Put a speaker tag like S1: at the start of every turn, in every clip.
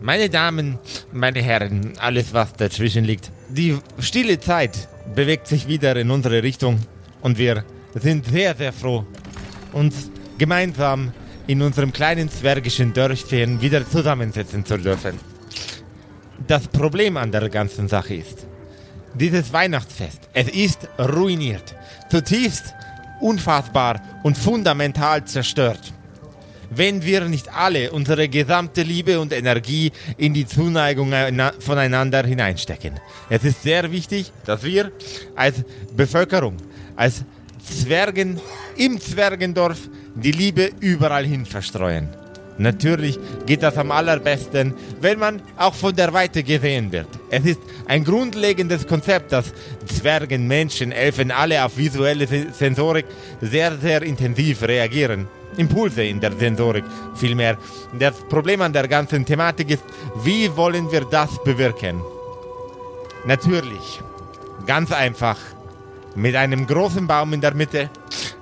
S1: Meine Damen, meine Herren, alles was dazwischen liegt. Die stille Zeit bewegt sich wieder in unsere Richtung und wir sind sehr, sehr froh, uns gemeinsam in unserem kleinen zwergischen Dörfchen wieder zusammensetzen zu dürfen. Das Problem an der ganzen Sache ist, dieses Weihnachtsfest, es ist ruiniert, zutiefst unfassbar und fundamental zerstört wenn wir nicht alle unsere gesamte Liebe und Energie in die Zuneigung eina- voneinander hineinstecken. Es ist sehr wichtig, dass wir als Bevölkerung, als Zwergen im Zwergendorf die Liebe überall hin verstreuen. Natürlich geht das am allerbesten, wenn man auch von der Weite gesehen wird. Es ist ein grundlegendes Konzept, dass Zwergen, Menschen, Elfen alle auf visuelle Se- Sensorik sehr, sehr intensiv reagieren. Impulse in der Sensorik vielmehr. Das Problem an der ganzen Thematik ist, wie wollen wir das bewirken? Natürlich, ganz einfach, mit einem großen Baum in der Mitte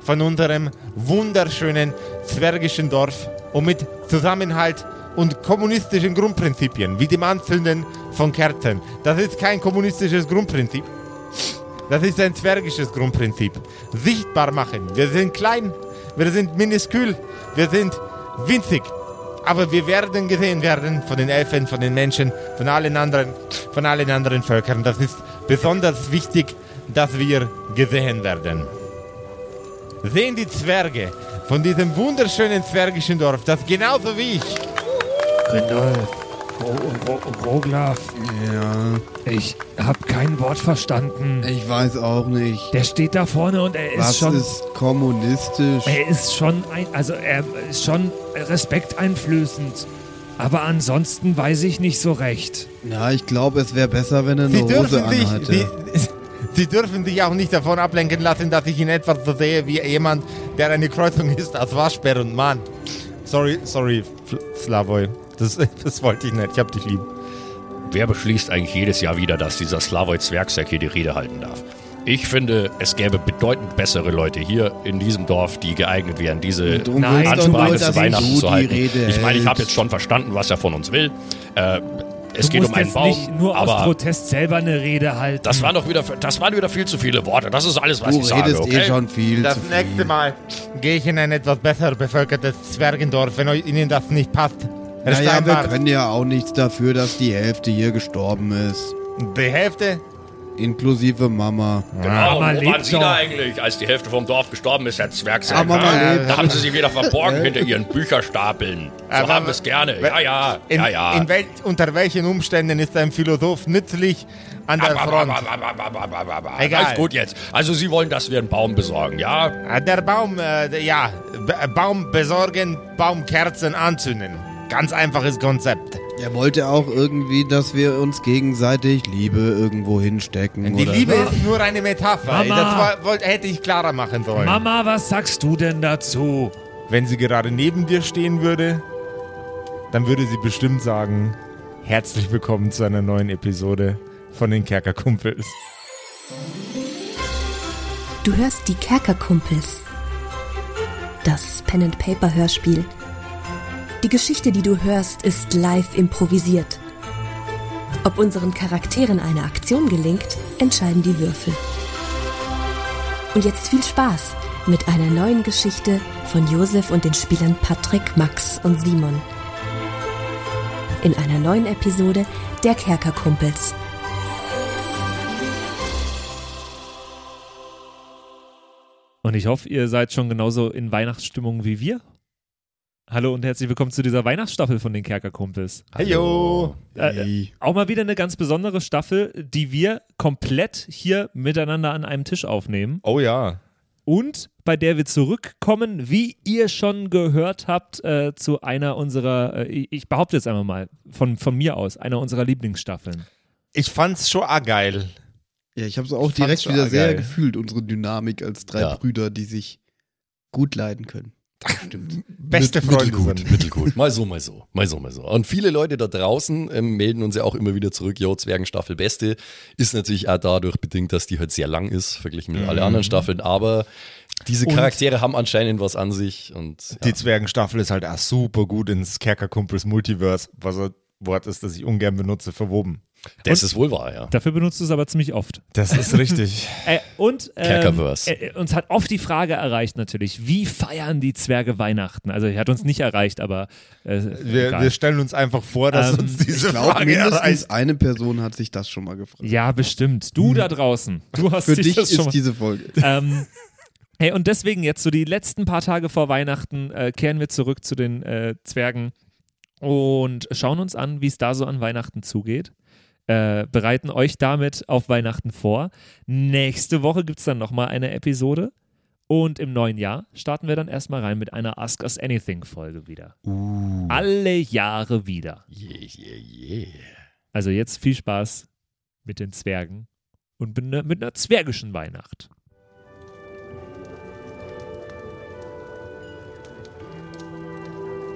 S1: von unserem wunderschönen zwergischen Dorf und mit Zusammenhalt und kommunistischen Grundprinzipien, wie dem Anzünden von Kerzen. Das ist kein kommunistisches Grundprinzip. Das ist ein zwergisches Grundprinzip. Sichtbar machen. Wir sind klein, wir sind miniskül, wir sind winzig. Aber wir werden gesehen werden von den Elfen, von den Menschen, von allen anderen, von allen anderen Völkern. Das ist besonders wichtig, dass wir gesehen werden. Sehen die Zwerge von diesem wunderschönen zwergischen Dorf, das genauso wie ich
S2: Grindolf, Roglaf,
S3: Ja,
S2: ich hab kein Wort
S4: Hm.
S2: verstanden.
S3: ich weiß auch nicht.
S2: Der steht da vorne und er ist
S3: Was
S2: schon.
S3: ist kommunistisch?
S2: er ist schon ein. Also er ist schon respekteinflößend. Aber ansonsten weiß ich nicht so recht.
S3: Ja, ich glaube, es wäre besser, wenn er eine
S1: Sie
S3: Hose
S1: dürfen, sich,
S3: anhatte.
S1: sie, sie dürfen sich auch nicht davon ablenken lassen, dass ich in etwas so sehe wie jemand, der eine Kreuzung ist als Waschbär und Mann. Sorry, sorry, Fl- Slavoj. Das, das wollte ich nicht. Ich hab dich lieb.
S4: Wer beschließt eigentlich jedes Jahr wieder, dass dieser Slavoj Zwergsack hier die Rede halten darf? Ich finde, es gäbe bedeutend bessere Leute hier in diesem Dorf, die geeignet wären, diese
S3: Du willst
S2: Nein,
S3: doch
S2: Ansprache
S3: nur,
S4: Ansprache
S2: dass
S4: zu
S3: dass
S4: Weihnachten
S3: du
S4: zu halten.
S3: die Rede
S4: ich meine, ich habe jetzt
S3: hältst.
S4: schon verstanden, was er von uns will. Äh, es
S2: du
S4: geht
S2: musst
S4: um einen
S2: jetzt
S4: Baum,
S2: nicht nur aus
S4: aber
S2: Protest selber eine Rede halten.
S4: das waren doch wieder, das waren wieder viel zu viele Worte. Das ist alles, was
S3: Du
S4: ich
S3: redest
S4: sage. Okay?
S3: eh schon viel
S1: Das
S3: zu viel.
S1: nächste Mal gehe ich in ein etwas besser bevölkertes Zwergendorf, wenn euch Ihnen das nicht passt. Herr
S3: Naja, wir
S1: Steinbart,
S3: können ja auch nichts dafür, dass die Hälfte hier gestorben ist.
S1: die Hälfte?
S3: Inklusive Mama.
S4: Genau,
S2: Mama
S4: wo waren
S2: lebt
S4: Sie
S2: doch.
S4: da eigentlich, als die Hälfte vom Dorf gestorben ist, Herr Zwergsack?
S3: Ah, Mama
S4: ha?
S3: lebt.
S4: Da haben Sie sich wieder verborgen hinter Ihren Bücherstapeln. So
S1: Aber-
S4: haben wir es gerne. Ja, ja,
S1: In,
S4: ja, ja.
S1: In wel unter welchen Umständen ist ein Philosoph nützlich an der
S4: Ab, ab,
S1: Front?
S4: ab, ab, ab, ab, ab, ab, ab, ab.
S1: Egal.
S4: Alles gut jetzt. Also Sie wollen, dass wir einen Baum besorgen, ja?
S1: Ah, Der Baum, äh, ja, B Baum besorgen, Baumkerzen anzünden. Ganz einfaches Konzept.
S3: Er wollte auch irgendwie, dass wir uns gegenseitig Liebe irgendwo hinstecken.
S1: Die
S3: oder?
S1: Liebe ist nur eine Metapher.
S2: Mama.
S1: Das war, wollte, hätte ich klarer machen sollen.
S2: Mama, was sagst du denn dazu?
S1: Wenn sie gerade neben dir stehen würde, dann würde sie bestimmt sagen, herzlich willkommen zu einer neuen Episode von den Kerkerkumpels.
S5: Du hörst die Kerkerkumpels. Das Pen and Paper Hörspiel. Die Geschichte, die du hörst, ist live improvisiert. Ob unseren Charakteren eine Aktion gelingt, entscheiden die Würfel. Und jetzt viel Spaß mit einer neuen Geschichte von Josef und den Spielern Patrick, Max und Simon. In einer neuen Episode der Kerkerkumpels.
S6: Und ich hoffe, ihr seid schon genauso in Weihnachtsstimmung wie wir. Hallo und herzlich willkommen zu dieser Weihnachtsstaffel von den Kerkerkumpels.
S1: Heyo!
S6: Äh,
S3: Hey.
S6: äh, auch mal wieder eine ganz besondere Staffel, die wir komplett hier miteinander an einem Tisch aufnehmen
S1: Oh ja.
S6: und bei der wir zurückkommen, wie ihr schon gehört habt, äh, zu einer unserer, äh, ich behaupte jetzt einmal mal, von, von mir aus, einer unserer Lieblingsstaffeln.
S1: Ich fand's schon auch geil.
S3: Ja, ich habe es auch
S1: Ich fand's
S3: direkt
S1: schon
S3: wieder sehr
S1: geil.
S3: gefühlt, unsere Dynamik als drei
S4: Ja.
S3: Brüder, die sich gut leiden können.
S1: Beste Freunde
S4: Mittelgut,
S1: sind.
S4: mittelgut. Mal so, mal so. Mal so, mal so. Und viele Leute da draußen ähm, melden uns ja auch immer wieder zurück. Jo, Zwergenstaffel Beste. Ist natürlich auch dadurch bedingt, dass die halt sehr lang ist, verglichen mit allen
S3: Mhm.
S4: anderen Staffeln. Aber diese Charaktere haben anscheinend was an sich. Und ja.
S1: Die Zwergenstaffel ist halt auch super gut ins Kerkerkumpels Multiverse, was er Wort ist, das ich ungern benutze, verwoben.
S4: Das ist wohl wahr, ja.
S6: Dafür benutzt du es aber ziemlich oft.
S1: Das ist richtig.
S6: Äh, und ähm,
S4: Kerkerverse.
S6: äh, uns hat oft die Frage erreicht natürlich, wie feiern die Zwerge Weihnachten? Also er hat uns nicht erreicht, aber äh,
S1: Wir,
S6: egal.
S1: wir stellen uns einfach vor, dass
S6: Ähm,
S1: uns diese
S3: Glaub,
S1: Frage
S3: mindestens
S1: erreicht.
S3: eine Person hat sich das schon mal gefragt.
S6: ja, bestimmt. Du da draußen, du hast
S3: Für
S6: dich
S3: dich
S6: das schon
S3: ist
S6: mal
S3: diese Folge.
S6: ähm, hey, und deswegen jetzt so die letzten paar Tage vor Weihnachten äh, kehren wir zurück zu den äh, Zwergen und schauen uns an, wie es da so an Weihnachten zugeht. Äh, bereiten euch damit auf Weihnachten vor. Nächste Woche gibt es dann nochmal eine Episode. Und im neuen Jahr starten wir dann erstmal rein mit einer Ask Us Anything-Folge wieder. Alle Jahre wieder.
S4: Uh. Yeah, yeah, yeah.
S6: Also jetzt viel Spaß mit den Zwergen und mit ner- mit einer zwergischen Weihnacht.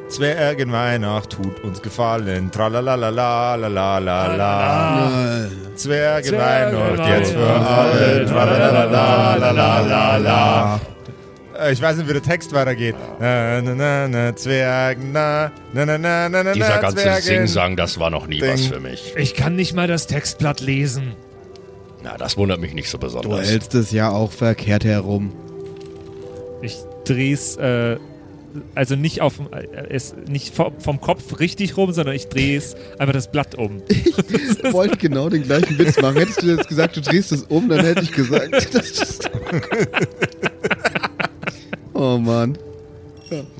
S1: Zwergenweihnacht tut uns gefallen. Tralalala, lalalala.
S3: Ah,
S2: genau.
S1: Zwergenweihnacht jetzt für
S2: Also,
S1: alle. Tralalala, lalalala. Äh, Ich weiß nicht, wie der Text weitergeht. Na, na, na, na, Zwergen, na, na, na, na, na, na,
S4: Dieser ganze
S1: Zwergen.
S4: Sing-Sang, das war noch nie
S1: Ding.
S4: was für mich.
S2: Ich kann nicht mal das Textblatt lesen.
S4: Na, das wundert mich nicht so
S3: Du
S4: besonders.
S3: hältst es ja auch verkehrt herum.
S6: Ich dreh's äh, also nicht auf äh, es nicht vom, vom Kopf richtig rum, sondern ich dreh's einfach das Blatt um.
S3: Ich wollte genau den gleichen Witz machen. Hättest du jetzt gesagt, du drehst es um, dann hätte ich gesagt, das ist Oh Mann.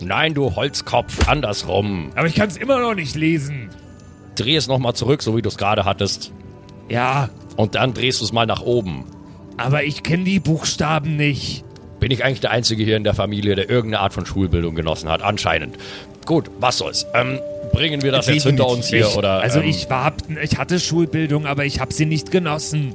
S4: Nein, du Holzkopf, andersrum.
S2: Aber ich kann es immer noch nicht lesen.
S4: Dreh es nochmal zurück, so wie du es gerade hattest.
S2: Ja,
S4: Und dann drehst du es mal nach oben.
S2: aber ich kenne die Buchstaben nicht.
S4: Bin ich eigentlich der Einzige hier in der Familie, der irgendeine Art von Schulbildung genossen hat? Anscheinend. Gut, was soll's. Ähm, bringen wir das jetzt hinter uns hier,
S2: ich,
S4: oder?
S2: also
S4: ähm,
S2: ich war, ich hatte Schulbildung, aber ich habe sie nicht genossen.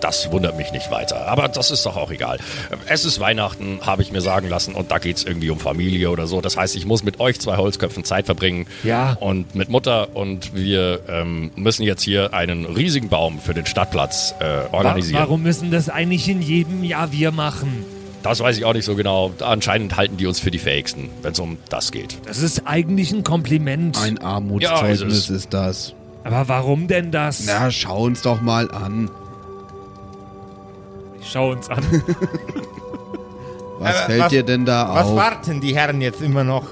S4: Das wundert mich nicht weiter. Aber das ist doch auch egal. Es ist Weihnachten, habe ich mir sagen lassen. Und da geht's irgendwie um Familie oder so. Das heißt, ich muss mit euch zwei Holzköpfen Zeit verbringen.
S2: Ja.
S4: Und mit Mutter. Und wir ähm, müssen jetzt hier einen riesigen Baum für den Stadtplatz äh,
S2: Wa-
S4: organisieren.
S2: Warum müssen das eigentlich in jedem Jahr wir machen?
S4: Das weiß ich auch nicht so genau. Anscheinend halten die uns für die Fähigsten, wenn es um das geht.
S2: Das ist eigentlich ein Kompliment.
S3: Ein
S4: Ja, ist es.
S3: Armutszeugnis ist das.
S2: aber warum denn das?
S3: Na, schau uns doch mal an.
S6: Schau uns an.
S3: Was
S1: Aber
S3: fällt
S1: was-
S3: dir denn da
S1: Was
S3: auf?
S1: warten die Herren jetzt immer noch?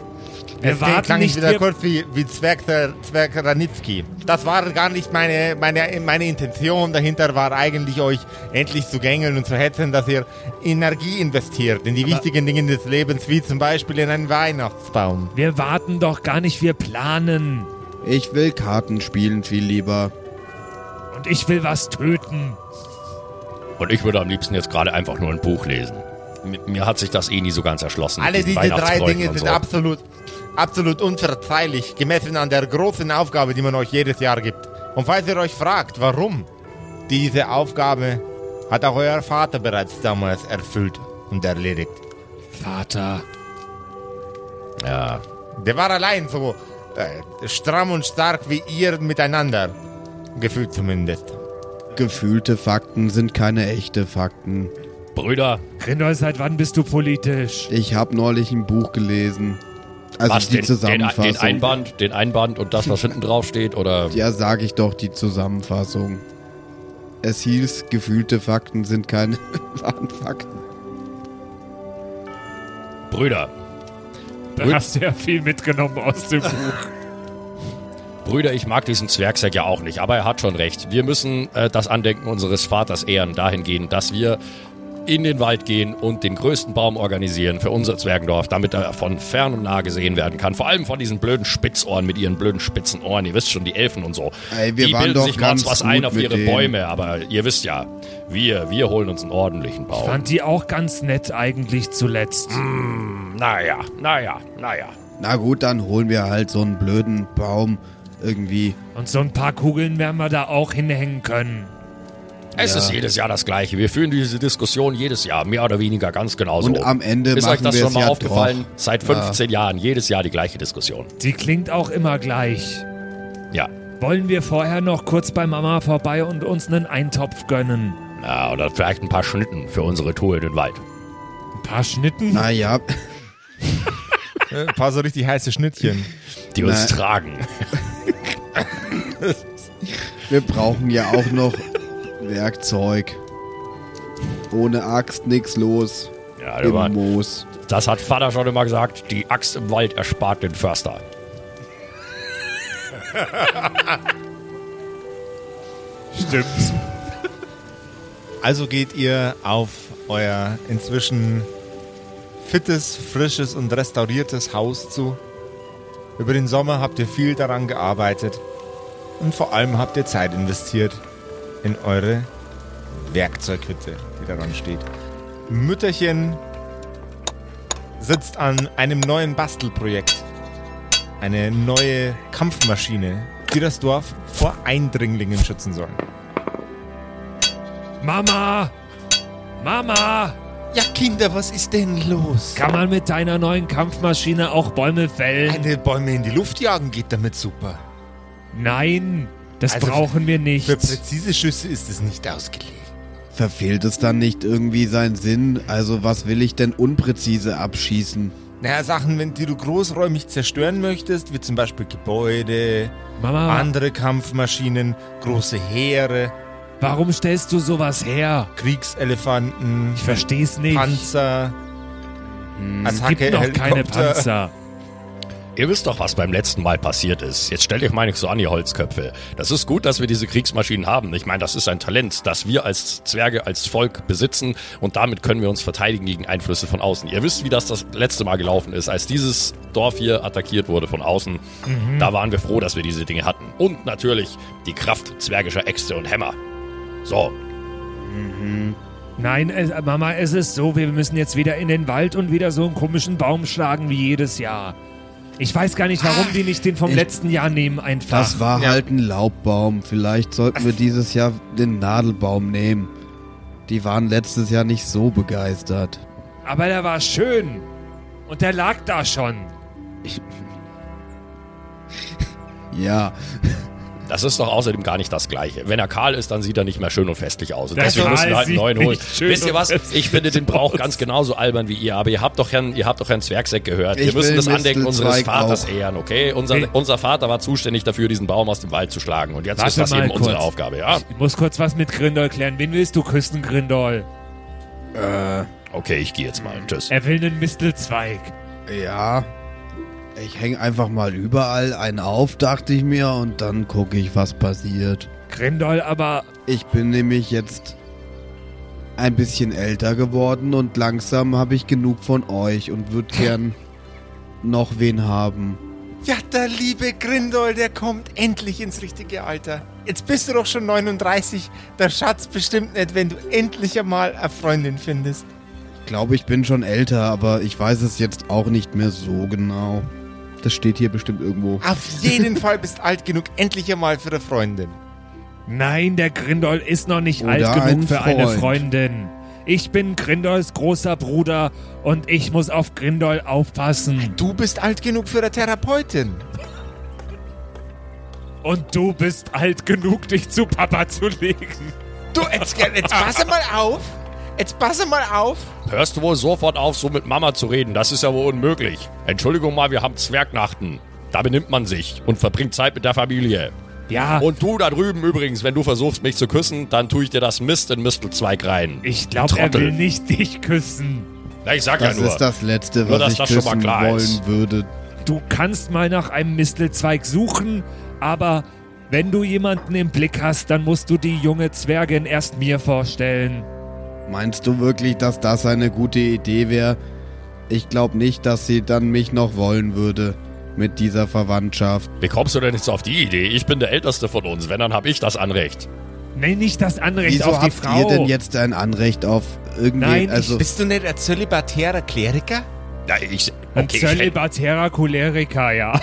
S2: wir
S1: Jetzt klingt-
S2: warten
S1: klang
S2: nicht.
S1: ich wieder
S2: wir-
S1: kurz wie, wie Zwerg, der- Zwerg Ranitzky. Das war gar nicht meine, meine, meine Intention. Dahinter war eigentlich, euch endlich zu gängeln und zu hetzen, dass ihr Energie investiert in die wichtigen Dinge des Lebens, wie zum Beispiel in einen Weihnachtsbaum.
S2: Wir warten doch gar nicht, wir planen.
S3: Ich will Karten spielen viel lieber.
S2: Und ich will was töten.
S4: Und ich würde am liebsten jetzt gerade einfach nur ein Buch lesen. M- Mir hat sich das eh nie so ganz erschlossen. mit
S1: Alle
S4: diesen
S1: diese drei
S4: Weihnachtsbräuten
S1: Dinge
S4: und
S1: sind
S4: so.
S1: absolut, absolut unverzeihlich, gemessen an der großen Aufgabe, die man euch jedes Jahr gibt. Und falls ihr euch fragt, warum, diese Aufgabe hat auch euer Vater bereits damals erfüllt und erledigt.
S2: Vater.
S4: Ja,
S1: Der war allein so äh, stramm und stark wie ihr miteinander. Gefühlt zumindest.
S3: Gefühlte Fakten sind keine echte Fakten.
S4: Brüder,
S2: Grindel, seit wann bist du politisch?
S3: Ich habe neulich ein Buch gelesen. Also
S4: was
S3: die
S4: den, den,
S3: Zusammenfassung.
S4: den Einband, den Einband und das, was hinten drauf steht, oder?
S3: Ja, sag ich doch die Zusammenfassung. Es hieß, gefühlte Fakten sind keine wahren Fakten.
S4: Brüder,
S2: Da
S4: Gut.
S2: hast du ja viel mitgenommen aus dem Buch.
S4: Brüder, ich mag diesen Zwergsack ja auch nicht, aber er hat schon recht. Wir müssen äh, das Andenken unseres Vaters ehren, dahingehend, dass wir in den Wald gehen und den größten Baum organisieren für unser Zwergendorf, damit er von fern und nah gesehen werden kann. Vor allem von diesen blöden Spitzohren mit ihren blöden spitzen Ohren. Ihr wisst schon, die Elfen und so.
S3: Ey, wir
S4: die
S3: waren
S4: bilden
S3: doch
S4: sich morgens
S3: ganz
S4: was ein
S3: gut
S4: auf
S3: mit
S4: ihre
S3: denen.
S4: Bäume, aber ihr wisst ja, wir, wir holen uns einen ordentlichen Baum.
S2: Fand die auch ganz nett eigentlich zuletzt.
S1: Mm.
S4: Naja, naja, naja.
S3: Na gut, dann holen wir halt so einen blöden Baum irgendwie.
S2: Und so ein paar Kugeln werden wir da auch hinhängen können.
S4: Es ist jedes Jahr das Gleiche. Wir führen diese Diskussion jedes Jahr, mehr oder weniger ganz genauso.
S3: Und am Ende
S4: Oh. Ist euch
S3: machen
S4: das
S3: wir
S4: schon
S3: es
S4: mal
S3: ja
S4: aufgefallen?
S3: doch.
S4: Seit 15 Jahren, jedes Jahr die gleiche Diskussion.
S2: Die klingt auch immer gleich.
S4: Ja.
S2: Wollen wir vorher noch kurz bei Mama vorbei und uns einen Eintopf gönnen?
S4: Na, oder vielleicht ein paar Schnitten für unsere Tour in den Wald.
S2: Ein paar Schnitten?
S3: Naja,
S1: Ein paar so richtig heiße Schnittchen.
S4: Die uns
S3: Na.
S4: tragen.
S3: Wir brauchen ja auch noch Werkzeug. Ohne Axt nix los.
S4: Ja,
S3: Im Moos.
S4: das hat Vater schon immer gesagt. Die Axt im Wald erspart den Förster.
S6: Stimmt.
S1: Also geht ihr auf euer inzwischen fittes, frisches und restauriertes Haus zu. Über den Sommer habt ihr viel daran gearbeitet und vor allem habt ihr Zeit investiert in eure Werkzeughütte, die daran steht. Mütterchen sitzt an einem neuen Bastelprojekt. Eine neue Kampfmaschine, die das Dorf vor Eindringlingen schützen soll.
S6: Mama! Mama!
S1: Ja, Kinder, was ist denn los?
S6: Kann man mit deiner neuen Kampfmaschine auch Bäume fällen?
S1: Eine Bäume in die Luft jagen geht damit super.
S6: Nein, das
S1: Also
S6: brauchen wir nicht.
S1: Für präzise Schüsse ist es nicht ausgelegt.
S3: Verfehlt es dann nicht irgendwie seinen Sinn? Also was will ich denn unpräzise abschießen?
S1: Naja, Sachen, wenn die du großräumig zerstören möchtest, wie zum Beispiel Gebäude,
S6: Mama,
S1: andere Kampfmaschinen, große Heere,
S6: warum stellst du sowas her?
S1: Kriegselefanten,
S6: Ich versteh's nicht.
S1: Panzer,
S6: Es gibt
S1: Attacke,
S6: noch keine
S1: Helikopter.
S6: Panzer.
S4: Ihr wisst doch, was beim letzten Mal passiert ist. Jetzt stellt euch mal nicht so an, ihr Holzköpfe. Das ist gut, dass wir diese Kriegsmaschinen haben. Ich meine, das ist ein Talent, das wir als Zwerge, als Volk besitzen und damit können wir uns verteidigen gegen Einflüsse von außen. Ihr wisst, wie das das letzte Mal gelaufen ist, als dieses Dorf hier attackiert wurde von außen. Da waren wir froh, dass wir diese Dinge hatten. Und natürlich die Kraft zwergischer Äxte und Hämmer. So,
S6: Nein, es, Mama, es ist so, wir müssen jetzt wieder in den Wald und wieder so einen komischen Baum schlagen wie jedes Jahr. Ich weiß gar nicht, warum die nicht den vom letzten Jahr nehmen einfach.
S3: Das war
S1: ja.
S3: halt ein Laubbaum. Vielleicht sollten wir dieses Jahr den Nadelbaum nehmen. Die waren letztes Jahr nicht so begeistert.
S6: Aber der war schön. Und der lag da schon.
S3: Ja,
S4: das ist doch außerdem gar nicht das Gleiche. Wenn er kahl ist, dann sieht er nicht mehr schön und festlich aus. Und
S6: Der
S4: deswegen
S6: Kahl
S4: müssen wir halt einen
S6: sieht
S4: neuen
S6: nicht
S4: holen.
S6: schön
S4: Wisst ihr
S6: und
S4: was?
S6: festlich
S4: Ich finde den Brauch
S6: aus.
S4: ganz genauso albern wie ihr, aber ihr habt doch ja, ihr habt doch Herrn Zwergseck gehört.
S3: Ich
S4: wir müssen
S3: will
S4: das Andenken unseres
S3: Mistelzweig
S4: Vaters
S3: auch.
S4: ehren, okay? Unser,
S6: Nee.
S4: unser Vater war zuständig dafür, diesen Baum aus dem Wald zu schlagen. Und jetzt
S6: Warte
S4: ist das
S6: mal
S4: eben unsere
S6: kurz.
S4: Aufgabe, ja?
S6: Ich muss kurz was mit Grindol klären. Wen willst du küssen, Grindol?
S4: Okay, ich gehe jetzt mal. Tschüss.
S6: Er will einen Mistelzweig.
S3: ja. Ich hänge einfach mal überall einen auf, dachte ich mir, und dann gucke ich, was passiert.
S6: Grindol aber...
S3: Ich bin nämlich jetzt ein bisschen älter geworden und langsam habe ich genug von euch und würde gern noch wen haben.
S1: Ja, der liebe Grindol, der kommt endlich ins richtige Alter. Jetzt bist du doch schon 39. Der Schatz bestimmt nicht, wenn du endlich einmal eine Freundin findest.
S3: Ich glaube, ich bin schon älter, aber ich weiß es jetzt auch nicht mehr so genau. Das steht hier bestimmt irgendwo.
S1: Auf jeden Fall bist alt genug, endlich einmal für eine Freundin.
S6: Nein, der Grindol ist noch nicht
S3: Oder
S6: alt genug
S3: einen
S6: für eine
S3: Freund.
S6: Freundin. Ich bin Grindols großer Bruder und ich muss auf Grindol aufpassen.
S1: Du bist alt genug für eine Therapeutin.
S6: Und du bist alt genug, dich zu Papa zu legen.
S1: Du, jetzt, jetzt pass mal auf. Jetzt pass mal auf.
S4: Hörst du wohl sofort auf, so mit Mama zu reden? Das ist ja wohl unmöglich. Entschuldigung mal, wir haben Zwergnachten. Da benimmt man sich und verbringt Zeit mit der Familie.
S6: Ja,
S4: Und du da drüben übrigens, wenn du versuchst, mich zu küssen, dann tue ich dir das Mist in Mistelzweig rein.
S6: ich glaube, er
S4: Trottel.
S6: will nicht dich küssen.
S4: Na, ich sag
S3: Das
S4: ja nur.
S3: ist das Letzte, was
S4: Nur, dass
S3: ich
S4: das schon mal
S3: küssen
S4: klar
S3: wollen
S4: ist.
S3: würde.
S6: Du kannst mal nach einem Mistelzweig suchen, aber wenn du jemanden im Blick hast, dann musst du die junge Zwergin erst mir vorstellen.
S3: Meinst du wirklich, dass das eine gute Idee wäre? Ich glaube nicht, dass sie dann mich noch wollen würde mit dieser Verwandtschaft.
S4: Wie kommst du denn jetzt auf die Idee? Ich bin der Älteste von uns. Wenn, dann hab ich das Anrecht.
S6: Nenn nicht das Anrecht
S3: Wieso
S6: auf die
S3: habt
S6: Frau.
S3: ihr denn jetzt ein Anrecht auf irgendwie?
S6: Nein, ich
S3: also
S1: Bist du nicht ein zölibatärer Kleriker?
S4: Na, ich,
S6: Ein
S4: okay, ich hätte,
S6: Zölibatärer Choleriker, ja.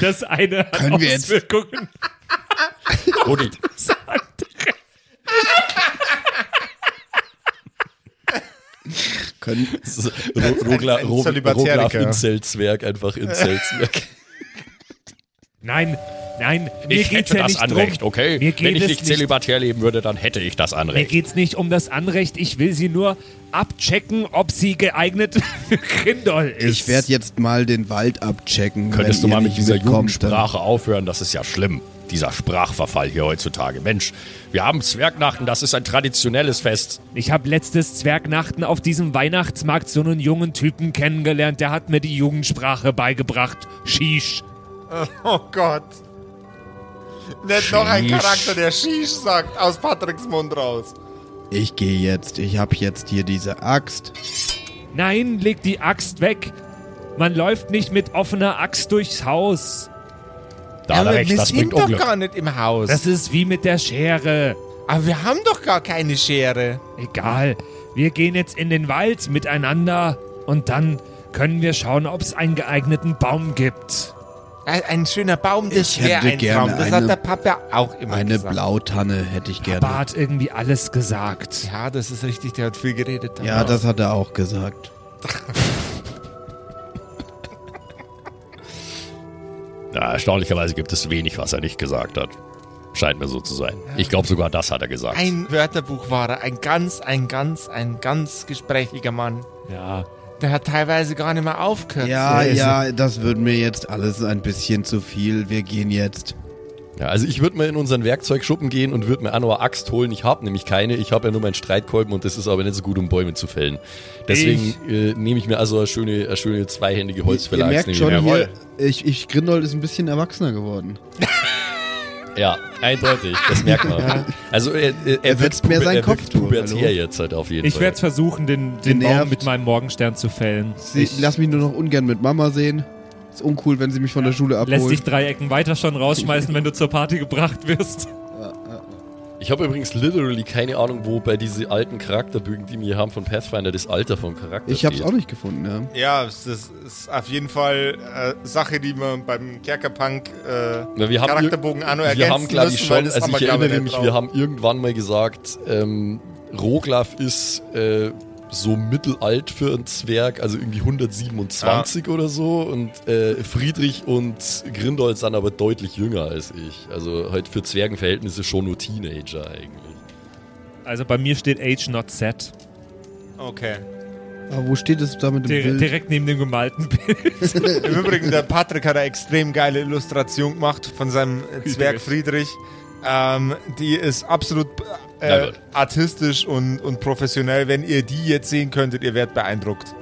S6: Das eine hat
S3: Können wir jetzt-
S6: Auswirkungen.
S4: gut, ich,
S3: können,
S1: Rogla- ein Ro- Zölibatäriker. Roglaf
S4: Inzelzwerg, einfach Inzelzwerg.
S6: Nein, Nein, mir
S7: Ich
S6: geht's
S7: hätte
S6: ja
S7: das
S6: nicht
S7: Anrecht,
S6: drum.
S7: okay?
S6: Mir geht
S7: Wenn ich
S6: es
S7: nicht
S6: nicht
S7: zelibatär leben würde, dann hätte ich das
S6: Mir
S7: Anrecht.
S6: geht's nicht um das Anrecht. Ich will sie nur abchecken, ob sie geeignet für Grindol ist.
S3: Ich werde jetzt mal den Wald abchecken.
S7: Könntest du
S3: wenn ihr
S7: mal mit
S3: nicht
S7: dieser
S3: mitkommt, dann-
S7: Jugendsprache aufhören? Das ist ja schlimm. Dieser Sprachverfall hier heutzutage. Mensch, wir haben Zwergnachten, das ist ein traditionelles Fest.
S6: Ich habe letztes Zwergnachten auf diesem Weihnachtsmarkt so einen jungen Typen kennengelernt, der hat mir die Jugendsprache beigebracht. Shish.
S1: Oh Gott. Nicht noch ein
S7: Sheesh.
S1: Charakter, der Shish sagt, aus Patricks Mund raus.
S3: Ich gehe jetzt. Ich habe jetzt hier diese Axt.
S6: Nein, leg die Axt weg. Man läuft nicht mit offener Axt durchs Haus.
S7: Da hat er recht, das bringt
S1: doch
S7: Unglück.
S1: gar nicht im Haus.
S6: Das ist wie mit der Schere.
S1: Aber wir haben doch gar keine Schere.
S6: Egal. Wir gehen jetzt in den Wald miteinander und dann können wir schauen, ob es einen geeigneten Baum gibt.
S1: Ein ein schöner Baum, das
S3: Ich hätte
S1: wäre ein
S3: gerne
S1: Traum. Das
S3: eine-
S1: hat der Papa auch immer
S3: Eine
S1: gesagt.
S3: Blautanne hätte ich gerne.
S6: Papa hat irgendwie alles gesagt.
S1: Ja, das ist richtig, der hat viel geredet.
S3: Ja, das hat er auch gesagt.
S7: Ja, erstaunlicherweise gibt es wenig, was er nicht gesagt hat. Scheint mir so zu sein. Ich glaube, sogar das hat er gesagt.
S1: Ein Wörterbuch war er. Ein ganz, ein ganz, ein ganz gesprächiger Mann.
S6: Ja.
S1: Der hat teilweise gar nicht mehr aufgehört.
S3: Ja,
S1: zu lesen.
S3: ja, das wird mir jetzt alles ein bisschen zu viel. Wir gehen jetzt.
S7: Ja, also ich würde mal in unseren Werkzeugschuppen gehen und würde mir Anor Axt holen. Ich habe nämlich keine. Ich habe ja nur meinen Streitkolben und das ist aber nicht so gut, um Bäume zu fällen. Deswegen äh, nehme ich mir also eine schöne, eine schöne zweihändige Holzfäller.
S3: Ihr merkt schon, hier, ich, ich, Grindold ist ein bisschen erwachsener geworden.
S7: Ja, eindeutig. Das merkt man. Also er, er,
S3: Er setzt
S7: wirkt
S3: mehr
S7: puber-
S3: seinen
S7: er
S3: Kopf
S7: wirkt
S3: durch,
S7: pubertär
S3: hallo?
S7: jetzt halt auf jeden
S8: Ich
S7: Fall.
S8: werde versuchen, den, den Baum
S3: Genervt.
S8: mit meinem Morgenstern zu fällen.
S3: Sie, lass mich nur noch ungern mit Mama sehen. Ist uncool, wenn sie mich von der Schule abholt.
S8: Lässt dich drei Ecken weiter schon rausschmeißen, wenn du zur Party gebracht wirst.
S7: Ich habe übrigens literally keine Ahnung, wo bei diese alten Charakterbögen, die wir hier haben von Pathfinder, das Alter vom Charakter
S3: ich hab's
S7: steht.
S3: auch nicht gefunden, ja.
S9: Ja, das ist auf jeden Fall äh, Sache, die man beim Kerkerpunk äh,
S7: Na, wir haben
S9: Charakterbogen Anno
S7: Wir
S9: ergänzen
S7: haben, glaube ich,
S9: müssen, weil
S7: schon,
S9: das
S7: also
S9: haben wir,
S7: ich
S9: glaub
S7: erinnere
S9: nicht
S7: mich,
S9: drauf.
S7: wir haben irgendwann mal gesagt, ähm, Roglaf ist äh, so mittelalt für einen Zwerg, also irgendwie 127 oder so. Und äh, Friedrich und Grindold sind aber deutlich jünger als ich. Also halt für Zwergenverhältnisse schon nur Teenager eigentlich.
S8: Also bei mir steht Age not set.
S9: Okay.
S3: Aber wo steht es da mit dem
S8: Dir
S3: Bild?
S8: direkt neben dem gemalten Bild.
S9: Im Übrigen, der Patrick hat eine extrem geile Illustration gemacht von seinem Zwerg Friedrich. Ähm, die ist absolut
S7: Na
S9: äh,
S7: gut.
S9: artistisch und, und professionell. Wenn ihr die jetzt sehen könntet, ihr werdet beeindruckt.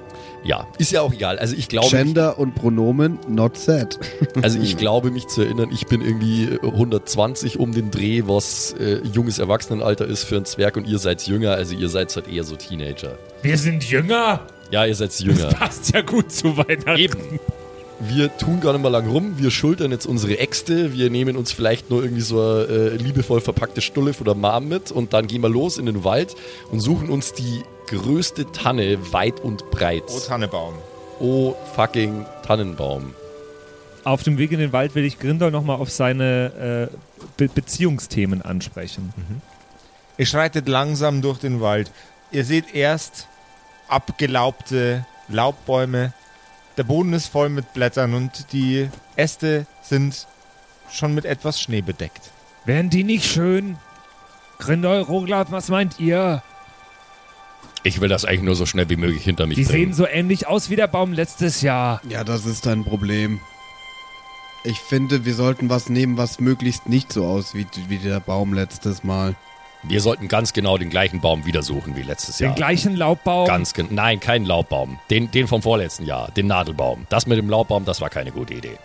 S7: Ja, ist ja auch egal. Also ich glaube,
S3: Gender und Pronomen, not sad.
S7: Also ich glaube mich zu erinnern, ich bin irgendwie äh, 120 um den Dreh, was äh, junges Erwachsenenalter ist für einen Zwerg und ihr seid jünger, also ihr seid halt eher so Teenager.
S6: Wir sind jünger.
S7: Ja, ihr seid
S6: Das
S7: jünger.
S6: passt ja gut zu Weihnachten.
S7: Eben. Wir tun gar nicht mal lang rum, wir schultern jetzt unsere Äxte, wir nehmen uns vielleicht nur irgendwie so eine äh, liebevoll verpackte Stulle von der Mom mit und dann gehen wir los in den Wald und suchen uns die größte Tanne weit und breit.
S9: Oh, Tannebaum.
S7: Oh fucking Tannenbaum.
S8: Auf dem Weg in den Wald will ich Grindel nochmal auf seine äh, Be Beziehungsthemen ansprechen.
S9: Ihr schreitet langsam durch den Wald. Ihr seht erst abgelaubte Laubbäume. Der Boden ist voll mit Blättern und die Äste sind schon mit etwas Schnee bedeckt.
S6: Wären die nicht schön? Grindol, Roglaf, was meint ihr?
S7: Ich will das eigentlich nur so schnell wie möglich hinter mich
S6: Die sehen so ähnlich aus wie der Baum letztes Jahr.
S3: Ja, das ist ein Problem. Ich finde, wir sollten was nehmen, was möglichst nicht so aussieht wie der Baum letztes Mal.
S7: Wir sollten ganz genau den gleichen Baum wieder suchen wie letztes Jahr.
S6: Den gleichen Laubbaum.
S7: Ganz genau. Nein, keinen Laubbaum. Den, den vom vorletzten Jahr, den Nadelbaum. Das mit dem Laubbaum, das war keine gute Idee.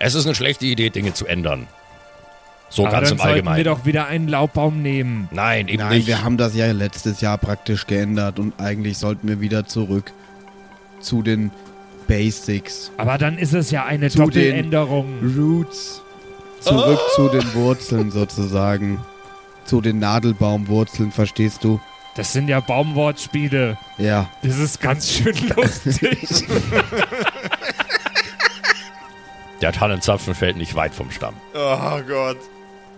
S7: Es ist eine schlechte Idee, Dinge zu ändern. So
S6: Aber
S7: ganz
S6: dann
S7: im
S6: sollten wir
S7: Allgemeinen.
S6: doch wieder einen Laubbaum nehmen.
S7: Nein, eben
S3: Nein,
S7: nicht.
S3: wir haben das ja letztes Jahr praktisch geändert und eigentlich sollten wir wieder zurück zu den Basics.
S6: Aber dann ist es ja eine
S3: Zu den-
S6: Doppeländerung.
S3: Roots. Zurück zu den Wurzeln sozusagen. Zu den Nadelbaumwurzeln, verstehst du?
S6: Das sind ja Baumwortspiele.
S3: Ja.
S6: Das ist ganz schön lustig.
S7: Der Tannenzapfen fällt nicht weit vom Stamm.
S9: Oh Gott.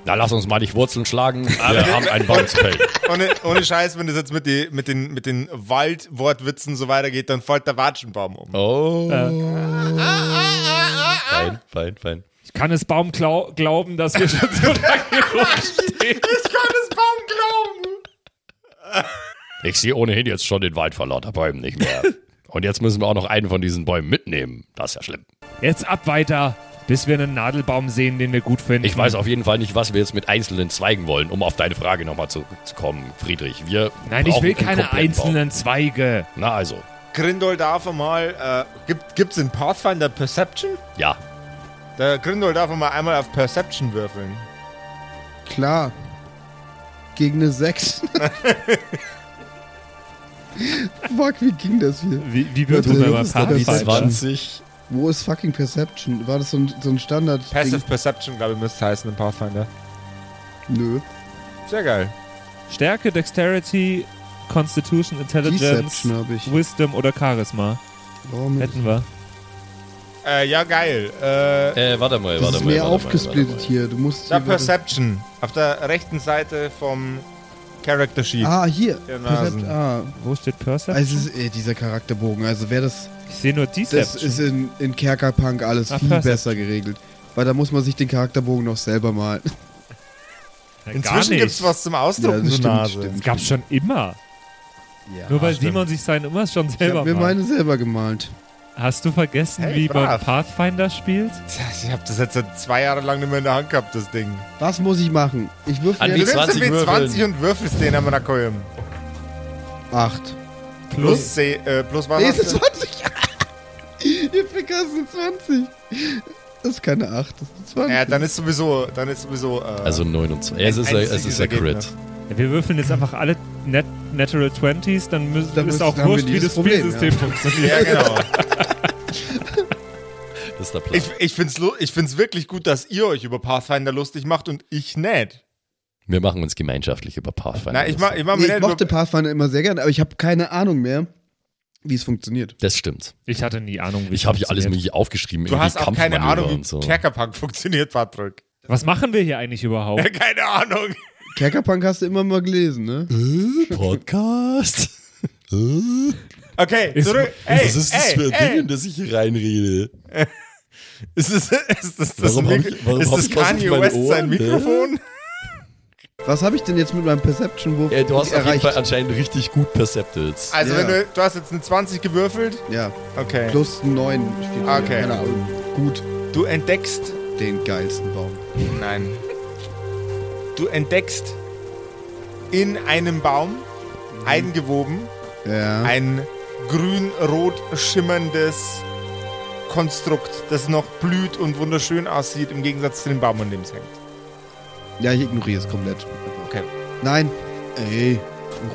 S7: Na, lass uns mal die Wurzeln schlagen. Wir haben einen Baum zu fällen.
S9: Ohne, ohne Scheiß, wenn das jetzt mit, die, mit den, mit den Waldwortwitzen so weitergeht, dann fällt der Watschenbaum um.
S7: Oh. Fein, fein, fein.
S6: Ich kann es Baum glau glauben, dass wir schon so lange hier rumstehen.
S4: Ich sehe ohnehin jetzt schon den Wald vor lauter Bäumen nicht mehr. Und jetzt müssen wir auch noch einen von diesen Bäumen mitnehmen. Das ist ja schlimm.
S6: Jetzt ab weiter, bis wir einen Nadelbaum sehen, den wir gut finden.
S4: Ich weiß auf jeden Fall nicht, was wir jetzt mit einzelnen Zweigen wollen, um auf deine Frage nochmal zurückzukommen, Friedrich. Wir
S6: Nein, ich
S4: brauchen
S6: will
S4: einen
S6: keine
S4: kompletten
S6: einzelnen Zweige.
S4: Baum. Na also,
S9: Grindol darf mal, äh, gibt, gibt's in Pathfinder Perception?
S4: ja.
S9: Der Grindol Äh, darf mal einmal auf Perception würfeln.
S3: Klar. Gegen eine 6. Fuck, wie ging das hier?
S6: Wie, wie
S3: wird
S6: wird
S3: Das man ist bei
S6: man
S3: das Pathfinder?
S4: Die
S3: Falsch.
S4: 20.
S3: Wo ist fucking Perception? War das so ein, so ein Standard?
S9: Passive Perception, glaube ich, müsste es heißen in Pathfinder.
S3: Nö.
S9: Sehr geil.
S6: Stärke, Dexterity, Constitution, Intelligence,
S3: Deception habe ich.
S6: Wisdom oder Charisma.
S3: Warum nicht?
S6: Hätten wir.
S9: Äh, ja, geil. Äh,
S4: Äh, warte mal,
S3: Das
S4: warte
S3: ist
S4: mal.
S3: mehr
S4: warte mal,
S3: aufgesplittet
S4: warte
S3: hier. Du musst.
S9: da
S3: hier warte-
S9: Perception. Auf der rechten Seite vom Character Sheet.
S3: ah, hier.
S9: Der
S3: Percept,
S9: Nasen.
S3: ah.
S6: Wo steht Perception?
S3: Also, es ist, äh, dieser Charakterbogen. Also, wäre das.
S6: ich sehe nur
S3: Das
S6: Deception.
S3: ist in, in Kerkerpunk alles
S6: Ah,
S3: viel
S6: Perception.
S3: besser geregelt. Weil da muss man sich den Charakterbogen noch selber malen.
S6: Na, gar
S9: Inzwischen
S6: nicht.
S9: gibt's was zum Ausdrucken,
S3: Ja,
S9: ja,
S3: das stimmt,
S9: Nase.
S3: stimmt.
S6: Das gab's schon immer.
S3: Ja,
S6: nur weil
S9: stimmt.
S6: Simon sich seinen immer schon
S3: ich
S6: selber
S3: hab mir
S6: macht.
S3: meine selber gemalt.
S6: Hast du vergessen,
S9: Hey,
S6: wie man
S9: brav.
S6: Pathfinder spielt?
S9: Tja, Ich habe das jetzt seit zwei Jahren lang nicht mehr in der Hand gehabt, das Ding.
S3: Was muss ich machen? Ich
S4: An
S3: würfel
S4: die
S9: Du
S3: jetzt
S9: nimmst
S4: 20
S9: den W20
S4: würfeln.
S9: und würfelst den am Nakoyim.
S3: 8.
S9: Plus C, äh, plus was?
S3: Nee, es
S9: hast
S3: ist
S9: du?
S3: 20. Ihr Ficker, es sind 20. Das ist keine 8, das ist 20.
S9: Ja, dann ist sowieso, dann ist sowieso. Äh,
S4: mal. Also 29. Es ist,
S9: Ein
S4: ein- es
S9: einziges
S4: ist ein Crit.
S9: Ergebnis.
S6: Ja, wir würfeln jetzt einfach alle Nat Natural 20s, dann müssen,
S3: Dann
S6: ist
S3: müssen-
S6: auch
S3: dann haben wir
S6: wurscht, wie
S3: dieses
S6: das
S3: Problem,
S6: Spielsystem
S3: ja.
S6: funktioniert.
S9: ja, genau.
S4: Das ist der Plan.
S9: Ich, ich find's, lu- ich find's wirklich gut, dass ihr euch über Pathfinder lustig macht und ich nicht.
S4: wir machen uns gemeinschaftlich über Pathfinder.
S9: Na, ich mach, ich mach mir
S3: nee, ich
S9: nicht
S3: mochte
S9: über,
S3: Pathfinder immer sehr gern, aber ich habe keine Ahnung mehr, wie es funktioniert.
S4: das stimmt.
S6: Ich hatte nie Ahnung, wie
S4: Ich habe hier alles
S6: funktioniert.
S4: mögliche aufgeschrieben.
S9: Du hast
S4: irgendwie
S9: auch keine
S4: Kampfmanöver
S9: Ahnung, wie
S4: und so.
S9: Kerkerpunk funktioniert, Patrick.
S6: Was machen wir hier eigentlich überhaupt?
S9: keine Ahnung.
S3: Kerkerpunk hast du immer mal gelesen, ne?
S4: Podcast?
S9: Okay, zurück. ey,
S4: Was ist das
S9: ey,
S4: für ein
S9: ey.
S4: Ding, das ich hier reinrede?
S9: Ist das, ist das, das,
S4: Warum hab
S9: Mikro-
S4: ich- warum
S9: ist
S4: hab
S9: das
S4: ich was auf
S9: Kanye
S4: meinen
S9: West sein
S4: Ohren, ne?
S9: Mikrofon?
S3: Was habe ich denn jetzt mit meinem Perception-Wurf
S4: Äh, du hast auf jeden
S3: erreicht?
S4: Fall anscheinend richtig gut Percepted.
S9: Also,
S3: Ja.
S9: wenn du, du hast jetzt eine 20 gewürfelt.
S3: ja,
S9: Okay.
S3: plus 9 steht hier.
S9: Ah, Okay.
S3: Keine Ahnung. Gut,
S9: Du entdeckst
S3: den geilsten Baum.
S9: Nein. Du entdeckst in einem Baum, Mhm. eingewoben,
S3: Ja.
S9: ein grün-rot schimmerndes Konstrukt, das noch blüht und wunderschön aussieht, im Gegensatz zu dem Baum, an dem es hängt.
S3: Ja, ich ignoriere es komplett.
S9: Okay.
S3: Nein. Ey,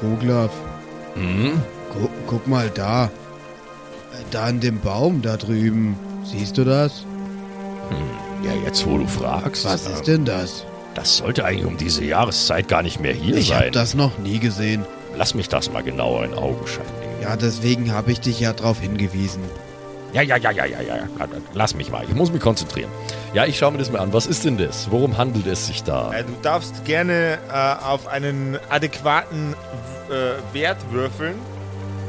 S3: Roglaf,
S4: Mhm.
S3: gu guck mal da. Äh, Da an dem Baum da drüben. Siehst du das?
S4: Ja, jetzt wo du fragst.
S3: Was ist denn das?
S4: Das sollte eigentlich um diese Jahreszeit gar nicht mehr hier
S3: Ich habe
S4: sein.
S3: das noch nie gesehen.
S4: Lass mich das mal genauer in Augenschein nehmen.
S3: Ja, deswegen habe ich dich ja drauf hingewiesen.
S4: Ja, ja, ja, ja, ja, ja. ja. Lass mich mal. Ich muss mich konzentrieren. Ja, ich schaue mir das mal an. Was ist denn das? Worum handelt es sich da?
S9: Äh, du darfst gerne äh, auf einen adäquaten äh, Wert würfeln.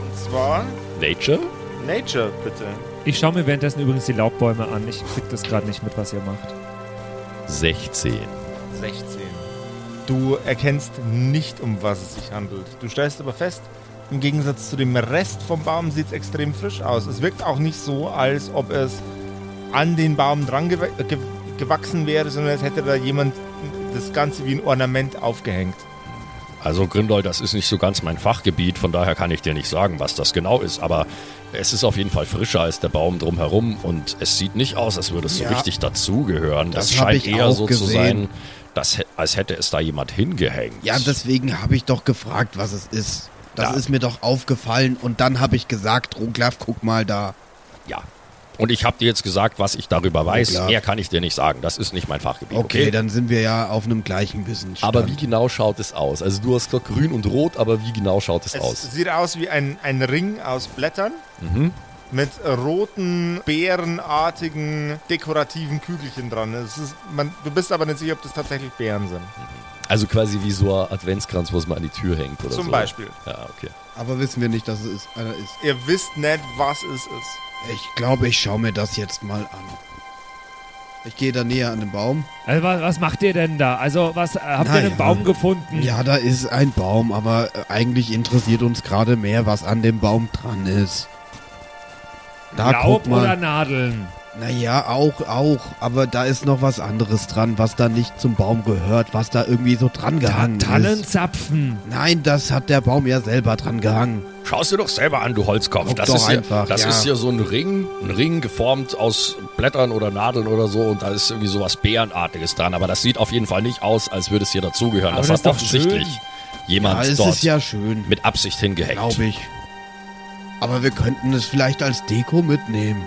S9: Und zwar
S4: Nature?
S9: Nature, bitte.
S6: Ich schaue mir währenddessen übrigens die Laubbäume an. Ich krieg das gerade nicht mit, was ihr macht.
S4: 16.
S9: 16. Du erkennst nicht, um was es sich handelt. Du stellst aber fest, im Gegensatz zu dem Rest vom Baum sieht es extrem frisch aus. Es wirkt auch nicht so, als ob es an den Baum dran gew ge gewachsen wäre, sondern als hätte da jemand das Ganze wie ein Ornament aufgehängt.
S4: Also Grindel, das ist nicht so ganz mein Fachgebiet, von daher kann ich dir nicht sagen, was das genau ist, aber es ist auf jeden Fall frischer als der Baum drumherum und es sieht nicht aus, als würde es so
S3: Ja.
S4: richtig dazugehören. Das,
S3: Das hab
S4: scheint
S3: ich
S4: eher
S3: auch
S4: so zu
S3: gesehen.
S4: sein, dass, hä- als hätte es da jemand hingehängt.
S3: Ja, deswegen habe ich doch gefragt, was es ist. Das
S4: Da.
S3: ist mir doch aufgefallen und dann habe ich gesagt, Roglaf, guck mal da.
S4: Ja. Und ich habe dir jetzt gesagt, was ich darüber weiß.
S3: klar.
S4: Mehr kann ich dir nicht sagen. Das ist nicht mein Fachgebiet.
S3: Okay, dann sind wir ja auf einem gleichen Wissensstand.
S4: aber wie genau schaut es aus? Also du hast gesagt grün und rot, aber wie genau schaut es,
S9: Es
S4: aus?
S9: sieht aus wie ein, ein Ring aus Blättern Mhm. mit roten, beerenartigen, dekorativen Kügelchen dran. Es ist, man, du bist aber nicht sicher, ob das tatsächlich Beeren sind.
S4: Also quasi wie so ein Adventskranz, was man an die Tür hängt oder so.
S9: Zum Beispiel.
S4: Ja, okay.
S3: Aber wissen wir nicht, dass es einer ist.
S9: Ihr wisst nicht, was es ist.
S3: Ich glaube, ich schaue mir das jetzt mal an. Ich gehe da näher an den Baum.
S6: Also, was, was macht ihr denn da? Also, was äh, habt
S3: Na
S6: ihr einen
S3: ja.
S6: Baum gefunden?
S3: Ja, da ist ein Baum, aber äh, eigentlich interessiert uns gerade mehr, was an dem Baum dran ist. Da
S6: Laub
S3: guck mal.
S6: oder Nadeln?
S3: Naja, auch, auch. Aber da ist noch was anderes dran, was da nicht zum Baum gehört, was da irgendwie so dran gehangen ist.
S6: Tannenzapfen.
S3: Nein, das hat der Baum ja selber dran gehangen.
S4: Schau's dir doch selber an, du Holzkopf.
S3: Guck
S4: Das
S3: doch
S4: ist, ja,
S3: einfach,
S4: das
S3: ja.
S4: ist ja so ein Ring, ein Ring geformt aus Blättern oder Nadeln oder so und da ist irgendwie sowas Bärenartiges dran. Aber das sieht auf jeden Fall nicht aus, als würde es hier dazugehören.
S6: Aber
S4: Das,
S6: das
S4: hat
S6: ist doch schön.
S4: offensichtlich
S3: Ja,
S4: jemand
S3: es
S4: dort
S3: ist ja schön,
S4: mit Absicht hingehackt.
S3: glaube ich. Aber wir könnten es vielleicht als Deko mitnehmen.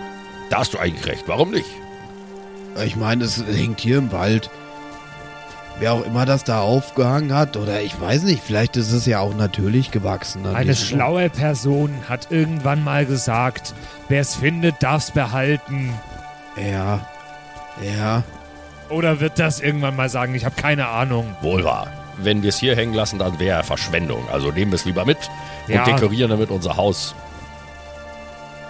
S4: Da hast du eigentlich recht. Warum nicht?
S3: Ich meine, es hängt hier im Wald. Wer auch immer das da aufgehangen hat, oder ich weiß nicht, vielleicht ist es ja auch natürlich gewachsen. an
S6: Eine
S3: diesem Baum.
S6: schlaue Person hat irgendwann mal gesagt, wer es findet, darf es behalten.
S3: Ja. Ja.
S6: Oder wird das irgendwann mal sagen? Ich habe keine Ahnung.
S4: Wohl wahr. Wenn wir es hier hängen lassen, dann wäre er Verschwendung. Also nehmen wir es lieber mit
S6: Ja.
S4: und dekorieren damit unser Haus.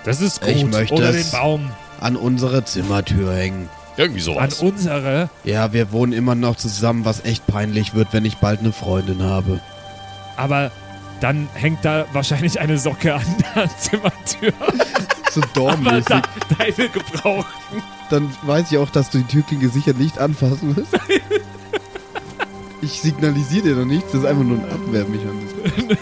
S6: Das ist gut.
S3: Ich möchte
S6: Oder
S3: es
S6: den Baum
S3: An unsere Zimmertür hängen.
S4: Irgendwie
S6: an
S4: sowas.
S6: unsere.
S3: Ja, wir wohnen immer noch zusammen, was echt peinlich wird, wenn ich bald eine Freundin habe.
S6: Aber dann hängt da wahrscheinlich eine Socke an der Zimmertür.
S3: So
S6: Aber
S3: dornmäßig.
S6: da, deine gebraucht.
S3: Dann weiß ich auch, dass du die Türklinge sicher nicht anfassen wirst. Ich signalisiere dir doch nichts, das ist einfach nur ein Abwehrmechanismus.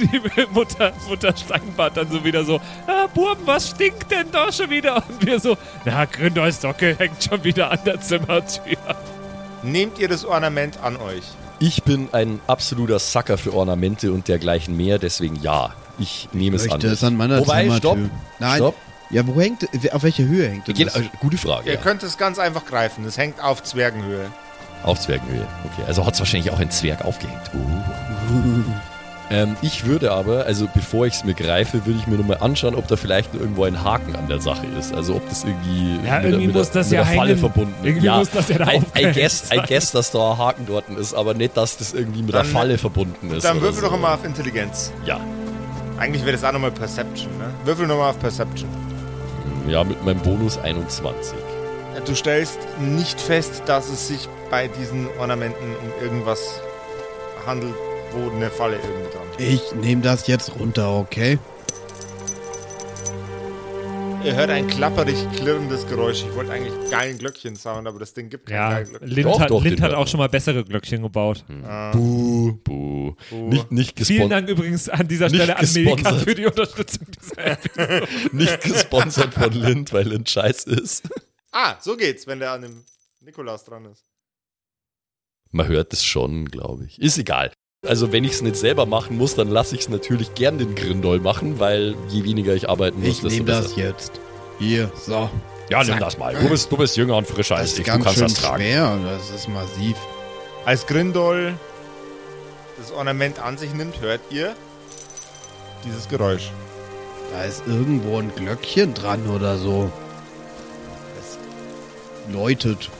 S6: Die Mutter, Mutter Steinbart dann so wieder so, ah, Buben, was stinkt denn da schon wieder? Und wir so, na, Gründolls Socke hängt schon wieder an der Zimmertür.
S9: Nehmt ihr das Ornament an euch?
S4: Ich bin ein absoluter Sacker für Ornamente und dergleichen mehr, deswegen ja. Ich nehme es an.
S3: Möchte es äh, an meiner
S4: Wobei,
S3: Zimmertür.
S4: stopp.
S3: Nein.
S4: Stopp.
S3: Ja, wo hängt, auf welcher Höhe hängt denn
S4: Gen-
S3: das?
S4: äh, gute Frage.
S9: Ihr
S4: Ja.
S9: könnt es ganz einfach greifen. Es hängt auf Zwergenhöhe.
S4: Auf Zwergenhöhe. Okay, also hat es wahrscheinlich auch ein Zwerg aufgehängt. Uh. ähm, ich würde aber, also bevor ich es mir greife, würde ich mir nochmal anschauen, ob da vielleicht irgendwo ein Haken an der Sache ist. Also ob das irgendwie
S6: Ja,
S4: der-
S6: irgendwie
S4: der-
S6: muss das
S4: mit
S6: ja
S4: der Falle
S6: hängen.
S4: verbunden
S6: Irgendwie
S4: ja,
S6: muss das ja da
S4: I, I,
S6: aufgehängt
S4: guess, I guess, dass da ein Haken dort ist, aber nicht, dass das irgendwie mit
S9: Dann-
S4: der Falle verbunden ist.
S9: Dann
S4: oder
S9: würfel
S4: so.
S9: doch mal auf Intelligenz.
S4: Ja.
S9: Eigentlich wäre das auch nochmal Perception, ne? Würfel nochmal auf Perception.
S4: ja, mit meinem Bonus 21.
S9: Du stellst nicht fest, dass es sich bei diesen Ornamenten um irgendwas handelt, wo eine Falle irgendwie dran ist.
S3: Ich nehme das jetzt runter, okay?
S9: Ihr hört ein klapperig klirrendes Geräusch. Ich wollte eigentlich geilen Glöckchen-Sound, aber das Ding gibt keinen
S6: Ja,
S9: geilen Glöckchen.
S6: Lind,
S4: Doch,
S6: hat,
S4: doch,
S6: Lind
S4: den
S6: hat
S4: hört
S6: auch
S4: man.
S6: schon mal bessere Glöckchen gebaut.
S9: Ah.
S4: Buh, buh. Nicht, nicht,
S6: Vielen
S4: gespon
S6: Dank übrigens an dieser
S4: Nicht
S6: Stelle an Milka
S4: gesponsert.
S6: für die Unterstützung dieser App.
S4: nicht gesponsert von Lind, weil Lind scheiße ist.
S9: Ah, so geht's, wenn der an dem Nikolaus dran ist.
S4: Man hört es schon, glaube ich. Ist egal. Also wenn ich es nicht selber machen muss, dann lasse ich es natürlich gern den Grindol machen, weil je weniger ich arbeiten muss,
S3: Ich
S4: desto
S3: nehme
S4: besser.
S3: das jetzt. Hier, so.
S4: Ja, nimm
S3: Zack.
S4: das mal. Du bist, du bist jünger und frischer
S3: Das
S4: als
S3: ist
S4: ich. Du
S3: ganz
S4: kannst
S3: schön
S4: das tragen.
S3: schwer, das ist massiv.
S9: Als Grindol das Ornament an sich nimmt, hört ihr dieses Geräusch.
S3: Da ist irgendwo ein Glöckchen dran oder so. Das läutet.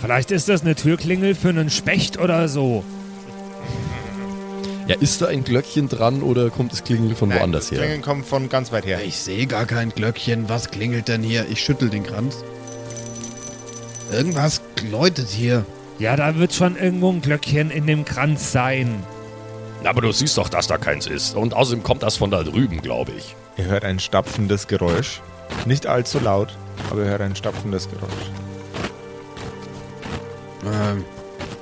S6: Vielleicht ist das eine Türklingel für einen Specht oder so.
S4: Ja, ist da ein Glöckchen dran oder kommt das Klingeln von
S9: Nein,
S4: woanders
S9: das
S4: her?
S9: Klingeln kommt von ganz weit her.
S3: Ich sehe gar kein Glöckchen. Was klingelt denn hier? Ich schüttel den Kranz. Irgendwas läutet hier.
S6: Ja, da wird schon irgendwo ein Glöckchen in dem Kranz sein.
S4: Aber du siehst doch, dass da keins ist. Und außerdem kommt das von da drüben, glaube ich.
S9: Ihr hört ein stapfendes Geräusch. Nicht allzu laut, aber ihr hört ein stapfendes Geräusch.
S3: Ähm,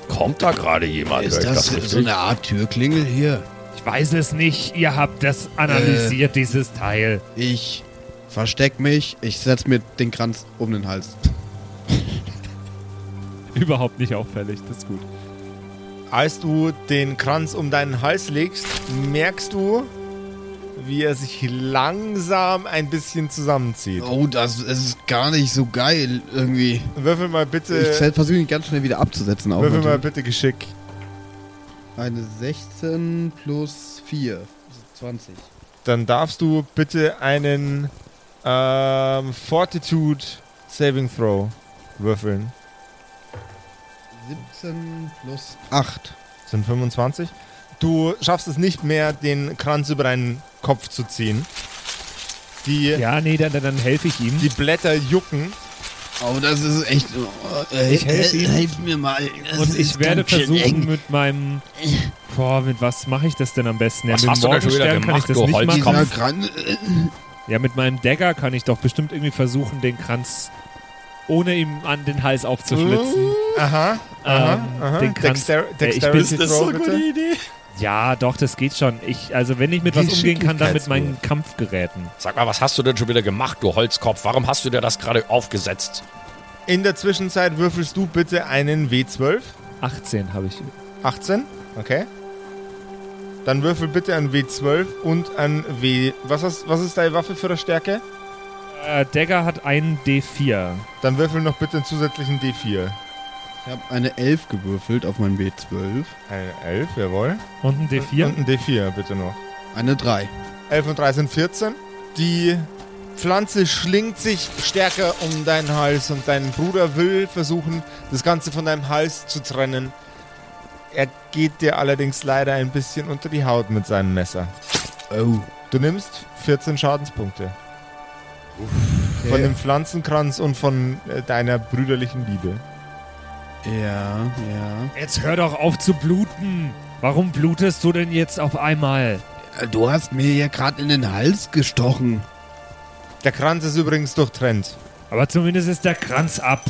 S4: Kommt da gerade jemand? Hör
S3: ist
S4: ich
S3: das
S4: richtig?
S3: so eine Art Türklingel hier?
S6: Ich weiß es nicht. Ihr habt das analysiert,
S4: Äh.
S6: dieses Teil.
S3: Ich versteck mich. Ich setz mir den Kranz um den Hals.
S10: Überhaupt nicht auffällig, das ist gut.
S9: Als du den Kranz um deinen Hals legst, merkst du, wie er sich langsam ein bisschen zusammenzieht.
S3: Oh, das ist gar nicht so geil irgendwie.
S9: Würfel mal
S3: Ich
S9: bitte,
S3: versuche ihn ganz schnell wieder abzusetzen. Auch
S9: würfel mal
S3: natürlich.
S9: bitte Geschick.
S3: Eine 16 plus also 4. 20.
S9: Dann darfst du bitte einen ähm, Fortitude Saving Throw würfeln.
S3: 17 plus 8.
S9: Sind 25. Du schaffst es nicht mehr, den Kranz über deinen Kopf zu ziehen. Die
S6: Ja, nee, dann, dann, dann helfe ich ihm.
S9: Die Blätter jucken
S3: Oh, das ist echt. Oh, äh,
S6: Ich helf ihm.
S3: helf mir mal. Das
S6: Und ich
S3: ist
S6: werde
S3: ganz schön
S6: versuchen
S3: eng.
S6: mit meinem. Boah, mit was mache ich das denn am besten? Ja,
S4: Was
S6: mit
S4: hast du denn schon wieder
S6: Morgenstern kann ich
S4: gemacht,
S6: das
S4: du
S6: nicht
S4: Holzkopf?
S6: machen.
S3: Dieser Kran äh,
S6: Ja, mit meinem Dagger kann ich doch bestimmt irgendwie versuchen, den Kranz ohne ihm an den Hals aufzuschlitzen.
S9: Aha, aha,
S6: Ähm,
S9: aha.
S6: Den Kranz.
S9: Dexter
S6: Ja, ich bin-
S9: Dexterity Throw, bitte.
S4: Idee?
S6: Ja, doch, das geht schon. Ich, also wenn ich mit was umgehen kann, dann mit meinen Kampfgeräten.
S4: Sag mal, was hast du denn schon wieder gemacht, du Holzkopf? Warum hast du dir das gerade aufgesetzt?
S9: In der Zwischenzeit würfelst du bitte einen W12.
S6: 18 habe ich.
S9: 18, okay. Dann würfel bitte ein W12 und ein W... Was, hast, was ist deine Waffe für eine Stärke?
S6: Äh, Dagger hat einen D4.
S9: Dann würfel noch bitte einen zusätzlichen D4.
S3: Ich habe eine 11 gewürfelt auf mein B12.
S9: Eine 11, jawohl.
S6: Und ein D4?
S9: Und ein D4 bitte noch.
S3: Eine 3.
S9: 11 und 13, 14. Die Pflanze schlingt sich stärker um deinen Hals und dein Bruder will versuchen, das Ganze von deinem Hals zu trennen. Er geht dir allerdings leider ein bisschen unter die Haut mit seinem Messer.
S3: Oh.
S9: Du nimmst 14 Schadenspunkte. Von
S3: Okay.
S9: dem Pflanzenkranz und von äh, deiner brüderlichen Liebe.
S3: Ja, ja.
S6: Jetzt hör doch auf zu bluten. Warum blutest du denn jetzt auf einmal?
S3: Du hast mir hier gerade in den Hals gestochen.
S9: Der Kranz ist übrigens durchtrennt.
S6: Aber zumindest ist der Kranz ab.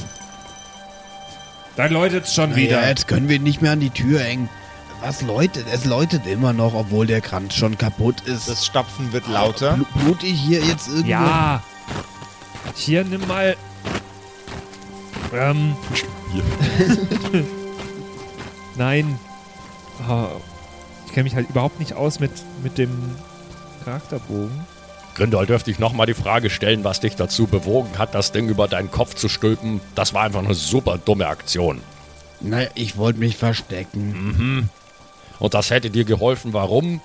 S6: Da läutet's schon wieder.
S3: Ja, jetzt können wir ihn nicht mehr an die Tür hängen. Was läutet? Es läutet immer noch, obwohl der Kranz schon kaputt ist.
S9: Das Stapfen wird lauter.
S3: Blu- Blute ich hier jetzt irgendwo?
S6: Ja. Hier, nimm mal. Ähm. Nein. Ah, ich kenne mich halt überhaupt nicht aus mit, mit dem Charakterbogen.
S4: Grindel, dürfte ich nochmal die Frage stellen, was dich dazu bewogen hat, das Ding über deinen Kopf zu stülpen? Das war einfach eine super dumme Aktion.
S3: Naja, ich wollte mich verstecken.
S4: Und das hätte dir geholfen, warum?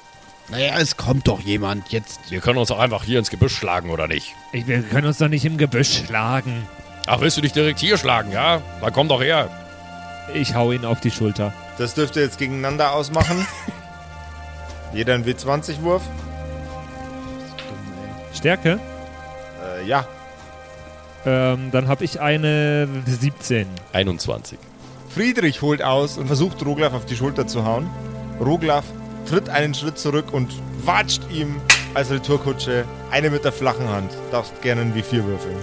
S3: Naja, es kommt doch jemand jetzt.
S4: Wir können uns auch einfach hier ins Gebüsch schlagen, oder nicht?
S6: Ich, wir können uns doch nicht im Gebüsch schlagen.
S4: Ach, willst du dich direkt hier schlagen, ja? Na komm doch her.
S6: Ich hau ihn auf die Schulter.
S9: Das dürft ihr jetzt gegeneinander ausmachen. Jeder ein W20-Wurf.
S6: Stärke?
S9: Äh, ja,
S6: Ähm, dann habe ich eine 17.
S4: 21.
S9: Friedrich holt aus und versucht Roglaf auf die Schulter zu hauen. Roglaf tritt einen Schritt zurück und watscht ihm als Retourkutsche eine mit der flachen Hand. Darfst gerne ein W4 würfeln.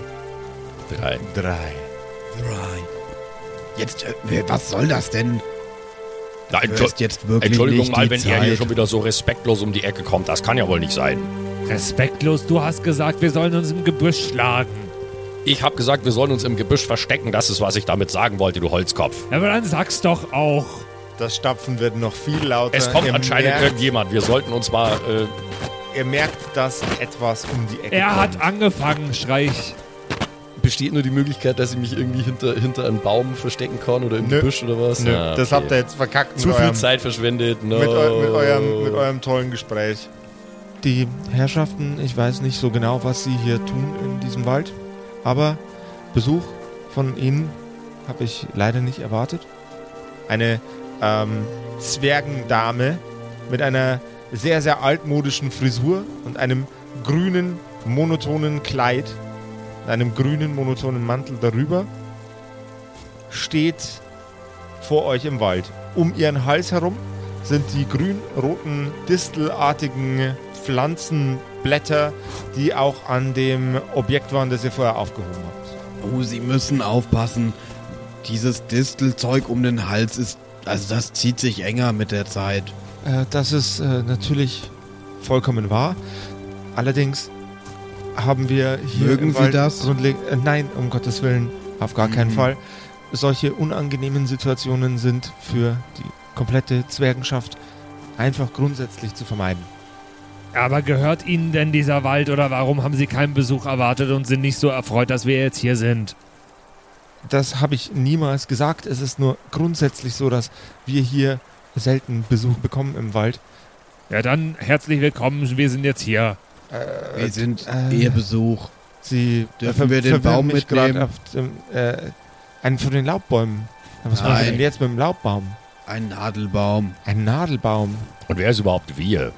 S4: Drei.
S9: Drei.
S3: Jetzt, äh, wer- was soll das denn?
S4: Na,
S3: Du
S4: Entschu
S3: hast jetzt wirklich
S4: Entschuldigung
S3: nicht
S4: mal,
S3: die
S4: wenn
S3: Zeit.
S4: er hier schon wieder so respektlos um die Ecke kommt. Das kann ja wohl nicht sein.
S6: Respektlos, du hast gesagt, wir sollen uns im Gebüsch schlagen.
S4: Ich habe gesagt, wir sollen uns im Gebüsch verstecken. Das ist, was ich damit sagen wollte, du Holzkopf.
S6: Aber dann sag's doch auch.
S9: Das Stapfen wird noch viel lauter.
S4: Es kommt
S9: Ihr
S4: anscheinend
S9: merkt-
S4: irgendjemand. Wir sollten uns mal. Äh,
S9: Ihr merkt, dass etwas um die Ecke
S6: Er
S9: kommt.
S6: hat angefangen, Streich.
S4: Besteht nur die Möglichkeit, dass ich mich irgendwie hinter, hinter einen Baum verstecken kann oder im
S9: Nö.
S4: Gebüsch oder was?
S9: Nö,
S4: Ah,
S9: Das
S4: okay.
S9: habt ihr jetzt verkackt
S4: Zu
S9: mit,
S4: viel
S9: eurem,
S4: Zeit verschwendet. No.
S9: mit, eu mit, eurem, mit eurem tollen Gespräch. Die Herrschaften, ich weiß nicht so genau, was sie hier tun in diesem Wald, aber Besuch von ihnen habe ich leider nicht erwartet. Eine ähm, Zwergendame mit einer sehr, sehr altmodischen Frisur und einem grünen, monotonen Kleid, einem grünen, monotonen Mantel darüber, steht vor euch im Wald. Um ihren Hals herum sind die grün-roten, distelartigen Pflanzenblätter, die auch an dem Objekt waren, das ihr vorher aufgehoben habt.
S3: Oh, sie müssen aufpassen. Dieses Distelzeug um den Hals ist. Also, das zieht sich enger mit der Zeit.
S9: Äh, das ist äh, natürlich vollkommen wahr. Allerdings haben wir hier
S3: Mögen
S9: im
S3: Sie
S9: Wald
S3: das?
S9: grundleg- äh, nein, um Gottes Willen, auf gar keinen
S3: Mhm.
S9: Fall. Solche unangenehmen Situationen sind für die komplette Zwergenschaft einfach grundsätzlich zu vermeiden.
S6: Aber gehört Ihnen denn dieser Wald oder warum haben Sie keinen Besuch erwartet und sind nicht so erfreut, dass wir jetzt hier sind?
S9: Das habe ich niemals gesagt. Es ist nur grundsätzlich so, dass wir hier selten Besuch bekommen im Wald.
S6: Ja, dann herzlich willkommen, wir sind jetzt hier.
S3: Wir sind
S9: äh,
S3: Ihr Besuch.
S9: Sie
S3: Dürfen wir den
S9: verwirren
S3: Baum
S9: mich
S3: mitnehmen?
S9: grad Auf dem, äh, einen von den Laubbäumen. Na, Was
S3: Nein.
S9: machen wir denn jetzt mit dem Laubbaum?
S3: Ein Nadelbaum.
S9: Ein Nadelbaum.
S4: Und wer ist überhaupt wir?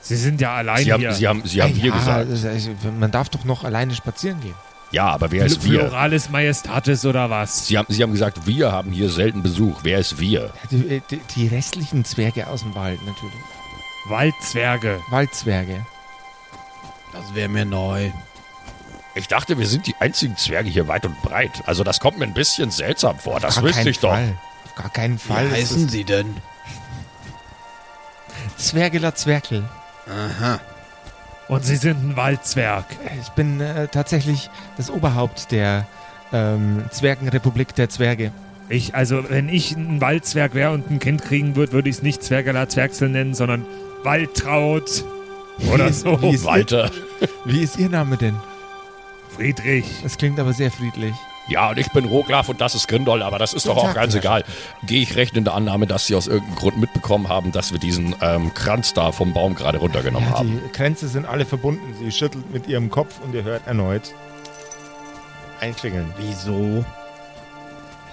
S6: Sie sind ja allein
S4: Sie haben,
S6: hier.
S4: sie haben, sie haben
S9: Ah,
S4: wir
S9: ja,
S4: gesagt.
S9: das ist- Man darf doch noch alleine spazieren gehen.
S4: Ja, aber wer ist wir?
S6: Pluralis Majestatis oder was?
S4: Sie haben, Sie haben gesagt, wir haben hier selten Besuch. Wer ist wir?
S9: Die, äh, die, die restlichen Zwerge aus dem Wald natürlich.
S6: Waldzwerge.
S9: Waldzwerge.
S3: Das wäre mir neu.
S4: Ich dachte, wir sind die einzigen Zwerge hier weit und breit. Also das kommt mir ein bisschen seltsam vor. Das wüsste ich doch.
S9: Fall. Auf gar keinen
S3: Wie
S9: Fall. Es
S3: heißen sie denn?
S9: ist Zwergeler Zwerkel.
S3: Aha.
S6: Und sie sind ein Waldzwerg.
S9: Ich bin äh, tatsächlich das Oberhaupt der ähm, Zwergenrepublik der Zwerge.
S6: Ich, also, wenn ich ein Waldzwerg wäre und ein Kind kriegen würde, würde ich es nicht Zwergala Zwergsel nennen, sondern Waldtraut oder so.
S9: Wie ist, ihr,
S4: Walter.
S9: wie ist Ihr Name denn?
S6: Friedrich.
S9: Das klingt aber sehr friedlich.
S4: Ja, und ich bin Roglaf und das ist Grindol, aber das ist doch auch
S9: Tag,
S4: ganz
S9: Herr
S4: egal. Gehe ich rechnende Annahme, dass Sie aus irgendeinem Grund mitbekommen haben, dass wir diesen ähm, Kranz da vom Baum gerade runtergenommen
S9: Ja,
S4: haben.
S9: die Kränze sind alle verbunden. Sie schüttelt mit ihrem Kopf und ihr hört erneut einklingeln.
S3: Wieso?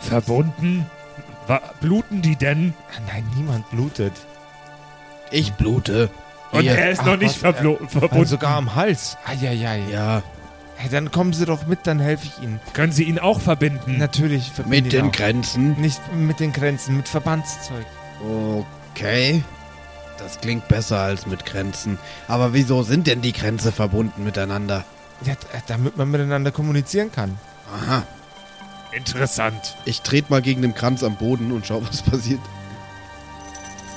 S6: Verbunden? Wa bluten die denn?
S9: Ah, nein, niemand blutet.
S3: Ich blute.
S6: Und
S3: Ihr-
S6: er ist
S9: Ach,
S6: noch nicht
S9: was,
S4: äh,
S6: verblo- verbunden.
S9: Und Also
S4: also-
S9: sogar am Hals. Eieiei.
S3: Ja,
S9: Hey, dann kommen Sie doch mit, dann helfe ich Ihnen.
S6: Können sie ihn auch verbinden?
S9: Natürlich. verbinde
S3: mit
S9: ich
S3: den
S9: auch.
S3: Grenzen.
S9: Nicht mit den Grenzen, mit Verbandszeug.
S3: Okay. Das klingt besser als mit Grenzen. Aber wieso sind denn die Grenze verbunden miteinander?
S9: Ja, d- äh, damit man miteinander kommunizieren kann.
S3: Aha.
S6: Interessant.
S3: Ich trete mal gegen den Kranz am Boden und schau, was passiert.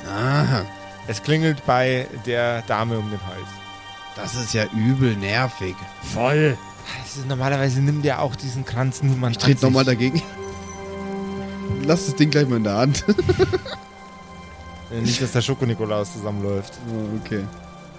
S3: Aha.
S9: Es klingelt bei der Dame um den Hals.
S3: Das ist ja übel nervig.
S6: Voll.
S9: Es ist, normalerweise nimmt ja auch diesen Kranz niemand
S3: Ich trete
S9: an sich.
S3: nochmal dagegen. Lass das Ding gleich mal in der Hand.
S9: Äh, Nicht, dass der Schoko-Nikolaus zusammenläuft.
S3: Oh, okay.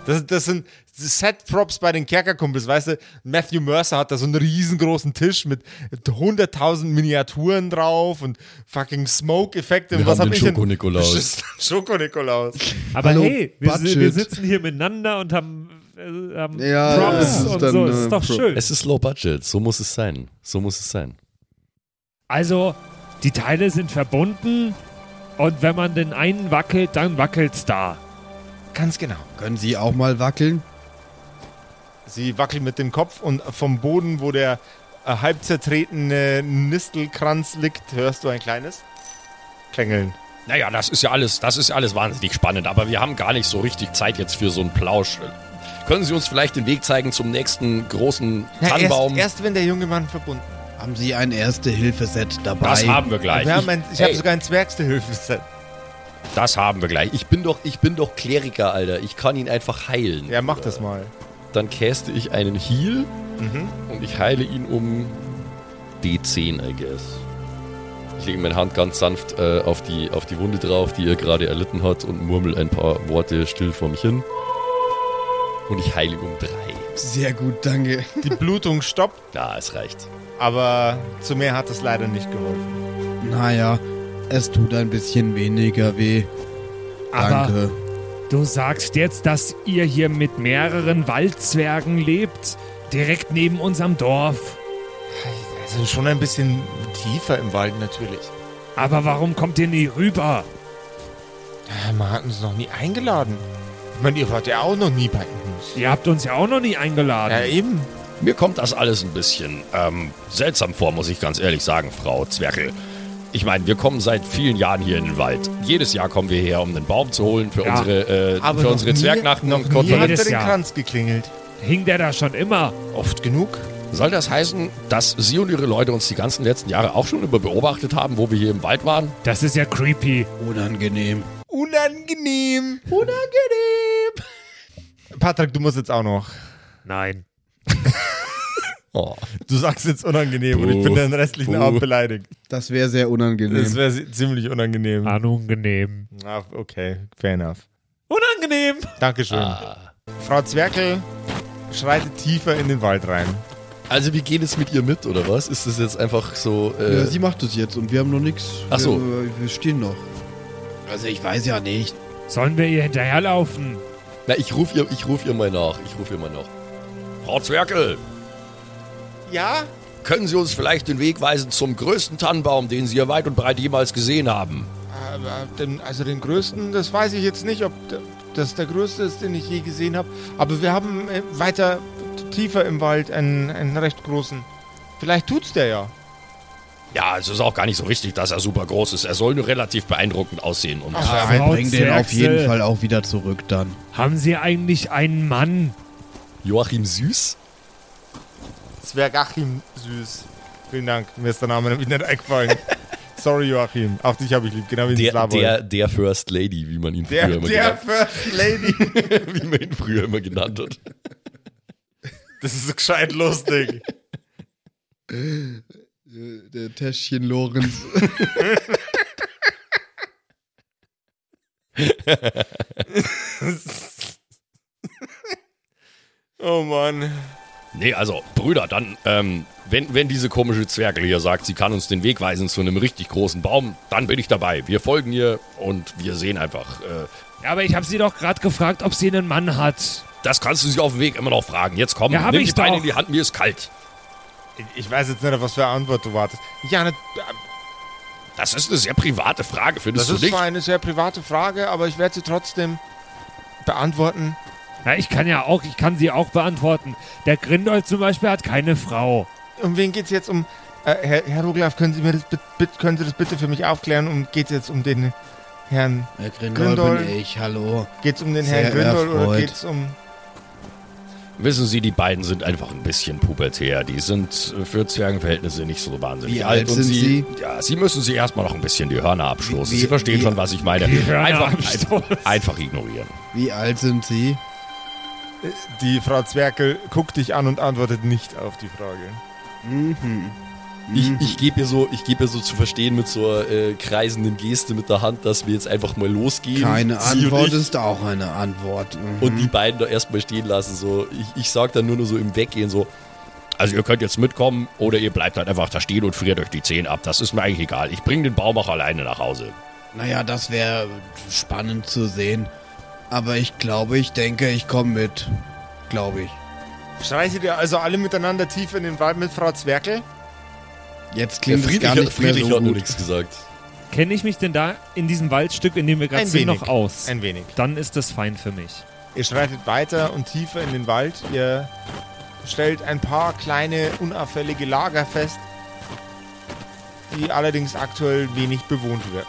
S9: Das, das sind Set-Props bei den Kerkerkumpels, weißt du? Matthew Mercer hat da so einen riesengroßen Tisch mit 100.000 Miniaturen drauf und fucking Smoke-Effekte.
S7: Wir
S9: und was
S7: haben den
S9: hab ich denn?
S7: Schoko-Nikolaus.
S9: Schoko-Nikolaus.
S11: Aber
S3: Hallo,
S11: hey, wir, si- wir
S3: Budget.
S11: sitzen hier miteinander und haben, äh, haben
S3: Ja,
S11: Props
S3: ja, das ist
S11: und
S3: dann,
S11: so. Das
S3: äh,
S11: ist doch
S3: Pro-
S11: schön.
S7: Es ist Low Budget, so muss es sein. So muss es sein.
S6: Also, die Teile sind verbunden und wenn man den einen wackelt, dann wackelt's da.
S9: Ganz genau.
S3: Können Sie auch mal wackeln?
S9: Sie wackelt mit dem Kopf und vom Boden, wo der äh, halb zertretene Nistelkranz liegt, hörst du ein kleines Klängeln.
S4: Naja, das ist ja alles, das ist ja alles wahnsinnig spannend, aber wir haben gar nicht so richtig Zeit jetzt für so einen Plausch. Können Sie uns vielleicht den Weg zeigen zum nächsten großen
S9: Na,
S4: Tannenbaum?
S9: erst, erst wenn der junge Mann verbunden ist.
S3: Haben Sie ein Erste-Hilfe-Set dabei?
S4: das haben wir gleich.
S9: Wir haben ein, ich habe
S4: Hey.
S9: sogar ein Zwergstehilfeset.
S4: Das haben wir gleich.
S7: Ich bin doch, ich bin doch Kleriker, Alter. Ich kann ihn einfach heilen.
S9: Ja, mach das mal.
S7: Dann caste ich einen Heal und ich heile ihn um D10, I guess.
S4: Ich lege meine Hand ganz sanft äh, auf, die, auf die Wunde drauf, die er gerade erlitten hat und murmel ein paar Worte still vor mich hin. Und ich heile ihn um drei.
S3: Sehr gut, danke.
S9: Die Blutung stoppt,
S4: Na, es reicht.
S9: aber zu mehr hat es leider nicht geholfen.
S3: Naja, es tut ein bisschen weniger weh.
S6: Aber
S3: Danke.
S6: du sagst jetzt, dass ihr hier mit mehreren Waldzwergen lebt, direkt neben unserem Dorf.
S9: Also schon ein bisschen tiefer im Wald natürlich.
S6: Aber warum kommt ihr nie rüber?
S9: Äh, Man hat uns noch nie eingeladen. Ich meine, ihr wart ja auch noch nie bei uns.
S6: Ihr habt uns ja auch noch nie eingeladen.
S9: Ja, eben.
S4: Mir kommt das alles ein bisschen ähm, seltsam vor, muss ich ganz ehrlich sagen, Frau Zwerchel. Ich meine, wir kommen seit vielen Jahren hier in den Wald. Jedes Jahr kommen wir her, um den Baum zu holen für
S6: Ja.
S4: unsere, äh, für
S9: noch
S4: unsere
S9: nie-
S4: Zwergnachten
S9: noch
S4: und
S9: nie hat
S4: Konferenzen.
S9: er
S6: Jedes
S9: den
S6: Jahr.
S9: Kranz geklingelt.
S6: Hing der da schon immer?
S9: Oft genug.
S4: Soll das heißen, dass Sie und Ihre Leute uns die ganzen letzten Jahre auch schon über beobachtet haben, wo wir hier im Wald waren?
S6: Das ist ja creepy.
S3: Unangenehm.
S9: Unangenehm. Unangenehm. Patrick, du musst jetzt auch noch.
S6: Nein.
S4: Oh.
S9: Du sagst jetzt unangenehm und ich bin den restlichen Abend beleidigt.
S3: Das wäre sehr
S9: Das
S3: unangenehm.
S9: wäre si- ziemlich unangenehm.
S6: Unangenehm.
S9: Ah, okay, fair enough.
S6: Unangenehm!
S9: Dankeschön.
S1: Ah.
S9: Frau Zwerkel schreitet tiefer in den Wald rein.
S7: Also wir gehen jetzt mit ihr mit, oder was? Ist das jetzt einfach so... Äh,
S3: ja, sie macht es jetzt und wir haben noch nichts.
S7: Ach so.
S3: Wir, wir stehen noch. Also ich weiß ja nicht.
S6: Sollen wir ihr hinterherlaufen?
S7: Na, ich rufe ihr, ich ruf ihr mal nach. Ich rufe ihr mal nach.
S4: Frau Zwerkel,
S9: Ja?
S4: können Sie uns vielleicht den Weg weisen zum größten Tannenbaum, den Sie hier weit und breit jemals gesehen haben?
S9: Aber den, also den größten, das weiß ich jetzt nicht, ob d- das der größte ist, den ich je gesehen habe. Aber wir haben äh, weiter t- tiefer im Wald einen, einen recht großen.
S1: Vielleicht tut's der ja.
S4: Ja, also es ist auch gar nicht so richtig, dass er super groß ist. Er soll nur relativ beeindruckend aussehen. Und
S7: Ah,
S3: Ja,
S6: Frau
S3: wir bringen den auf
S6: Zerxel.
S3: jeden Fall auch wieder zurück dann.
S6: Haben Sie eigentlich einen Mann?
S7: Joachim Süß?
S1: Zwergachim süß. Vielen Dank. Mir ist der Name nämlich nicht eingefallen. Sorry, Joachim. Auch dich habe ich lieb. Genau wie den
S7: Der,
S1: Slavoj.
S7: der, der First Lady, wie man ihn früher,
S1: der,
S7: immer,
S1: der
S7: genannt,
S1: First Lady.
S7: wie man ihn früher immer genannt hat.
S1: Das ist gescheit lustig.
S3: Der Täschchen Lorenz.
S1: Oh Mann.
S4: Nee, also, Brüder, dann, ähm, wenn, wenn diese komische Zwergel hier sagt, sie kann uns den Weg weisen zu einem richtig großen Baum, dann bin ich dabei. Wir folgen ihr und wir sehen einfach. Äh,
S6: Ja, aber ich habe Sie doch gerade gefragt, ob sie einen Mann hat.
S4: das kannst du sie auf dem Weg immer noch fragen. Jetzt komm,
S6: Ja, hab
S4: nimm die
S6: ich
S4: Beine
S6: doch.
S4: in die Hand, mir ist kalt.
S1: Ich- Ich weiß jetzt nicht, auf was für eine Antwort du wartest. Ja, ne,
S4: Das ist eine sehr private Frage,
S1: das
S4: findest
S1: ist
S4: du nicht?
S1: zwar eine sehr private Frage, aber ich werde sie trotzdem beantworten.
S6: Na, ich kann ja auch, ich kann sie auch beantworten. Der Grindol zum Beispiel hat keine Frau.
S1: Um wen geht's jetzt um? Äh, Herr, Herr Roglaf, können Sie mir das, bit- bit- können Sie das bitte für mich aufklären? Um geht's jetzt um den Herrn?
S3: Herr
S1: Grindol.
S3: Grindol bin ich, hallo.
S1: Geht's um den
S3: Sehr
S1: Herrn Grindel oder
S3: erfreut.
S1: geht's um?
S4: Wissen Sie, die beiden sind einfach ein bisschen pubertär. Die sind äh, für Zwergenverhältnisse nicht so wahnsinnig
S3: Wie alt
S4: und
S3: sind
S4: sie, Ja, Sie müssen sie erstmal noch ein bisschen die Hörner abstoßen.
S3: Wie-
S4: sie verstehen
S3: wie-
S4: schon, was ich meine.
S6: Hörner
S4: Einfach,
S6: abstoßen.
S4: einfach, einfach ignorieren.
S3: Wie alt sind Sie?
S1: Die Frau Zwerkel guckt dich an und antwortet nicht auf die Frage.
S3: Mhm.
S7: Ich,
S3: Mhm.
S7: ich gebe ihr, so, ich geb ihr so zu verstehen mit so einer äh, kreisenden Geste mit der Hand, dass wir jetzt einfach mal losgehen.
S3: Keine
S7: Sie und
S3: Antwort
S7: ich.
S3: ist auch eine Antwort. Mhm.
S7: Und die beiden da erstmal stehen lassen. So. Ich, ich sag dann nur, nur so im Weggehen so,
S4: Also ihr könnt jetzt mitkommen oder ihr bleibt halt einfach da stehen und friert euch die Zehen ab. Das ist mir eigentlich egal. Ich bringe den Baum auch alleine nach Hause.
S3: Naja, das wäre spannend zu sehen. Aber ich glaube, ich denke, ich komme mit. Glaube ich.
S1: Schreitet ihr also alle miteinander tief in den Wald mit Frau Zwerkel?
S3: Jetzt
S7: Der
S3: klingt es
S7: Friedrich,
S3: gar
S7: hat,
S3: nicht mehr
S7: Friedrich
S3: so
S7: hat nur
S3: gut.
S7: nichts gesagt.
S6: Kenne ich mich denn da in diesem Waldstück, in dem wir gerade
S1: Ein
S6: sind,
S1: wenig.
S6: noch aus?
S1: Ein wenig.
S6: Dann ist das fein für mich.
S1: Ihr schreitet weiter und tiefer in den Wald. Ihr stellt ein paar kleine, unauffällige Lager fest, die allerdings aktuell wenig bewohnt werden.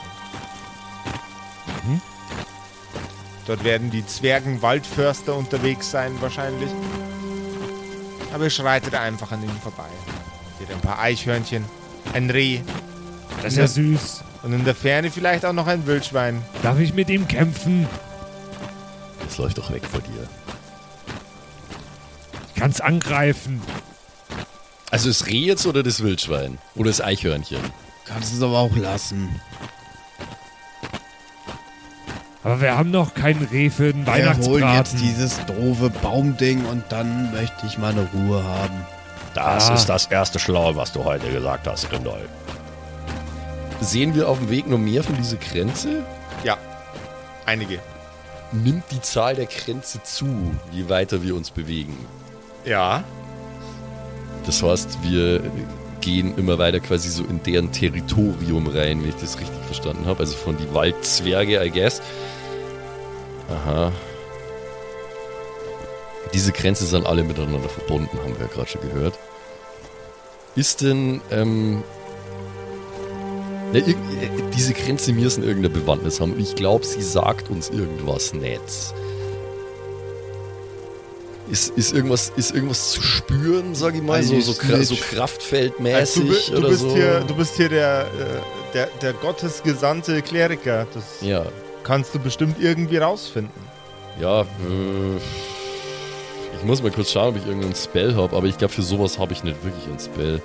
S1: Mhm. Dort werden die Zwergen-Waldförster unterwegs sein, wahrscheinlich. Aber ihr schreitet einfach an ihnen vorbei. Seht ein paar Eichhörnchen, ein Reh
S6: Das ist ja süß.
S1: und in der Ferne vielleicht auch noch ein Wildschwein.
S6: Darf ich mit ihm kämpfen?
S7: Das läuft doch weg vor dir.
S6: Ich kann's angreifen.
S7: Also das Reh jetzt oder das Wildschwein? Oder das Eichhörnchen?
S3: Kannst es aber auch lassen.
S6: Aber wir haben noch kein Reh für den
S3: Wir holen jetzt
S6: Weihnachtsbraten.
S3: dieses doofe Baumding und dann möchte ich meine Ruhe haben.
S4: Das
S6: Ah.
S4: ist das erste Schlaue, was du heute gesagt hast, Grindol.
S7: Sehen wir auf dem Weg noch mehr von dieser Grenze?
S1: Ja, einige.
S7: Nimmt die Zahl der Grenze zu, je weiter wir uns bewegen.
S1: Ja.
S7: Das heißt, wir gehen immer weiter quasi so in deren Territorium rein, wenn ich das richtig verstanden habe. Also von die Waldzwerge, I guess. Aha. Diese Grenzen sind alle miteinander verbunden, haben wir ja gerade schon gehört. Ist denn, ähm, ne, irg- äh, diese Grenze mir ist in irgendeiner Bewandtnis haben. Ich glaube, sie sagt uns irgendwas nicht. Ist, ist, irgendwas, ist irgendwas zu spüren, sag ich mal, so, so, kra so
S1: Also
S7: kraftfeldmäßig
S1: du, bi- du
S7: oder
S1: bist
S7: so?
S1: hier, du bist hier der, äh, der, der gottesgesandte Kleriker. Das
S7: ja,
S1: kannst du bestimmt irgendwie rausfinden.
S7: ja. Äh, ich muss mal kurz schauen, ob ich irgendeinen Spell habe, aber ich glaube, für sowas habe ich nicht wirklich einen Spell.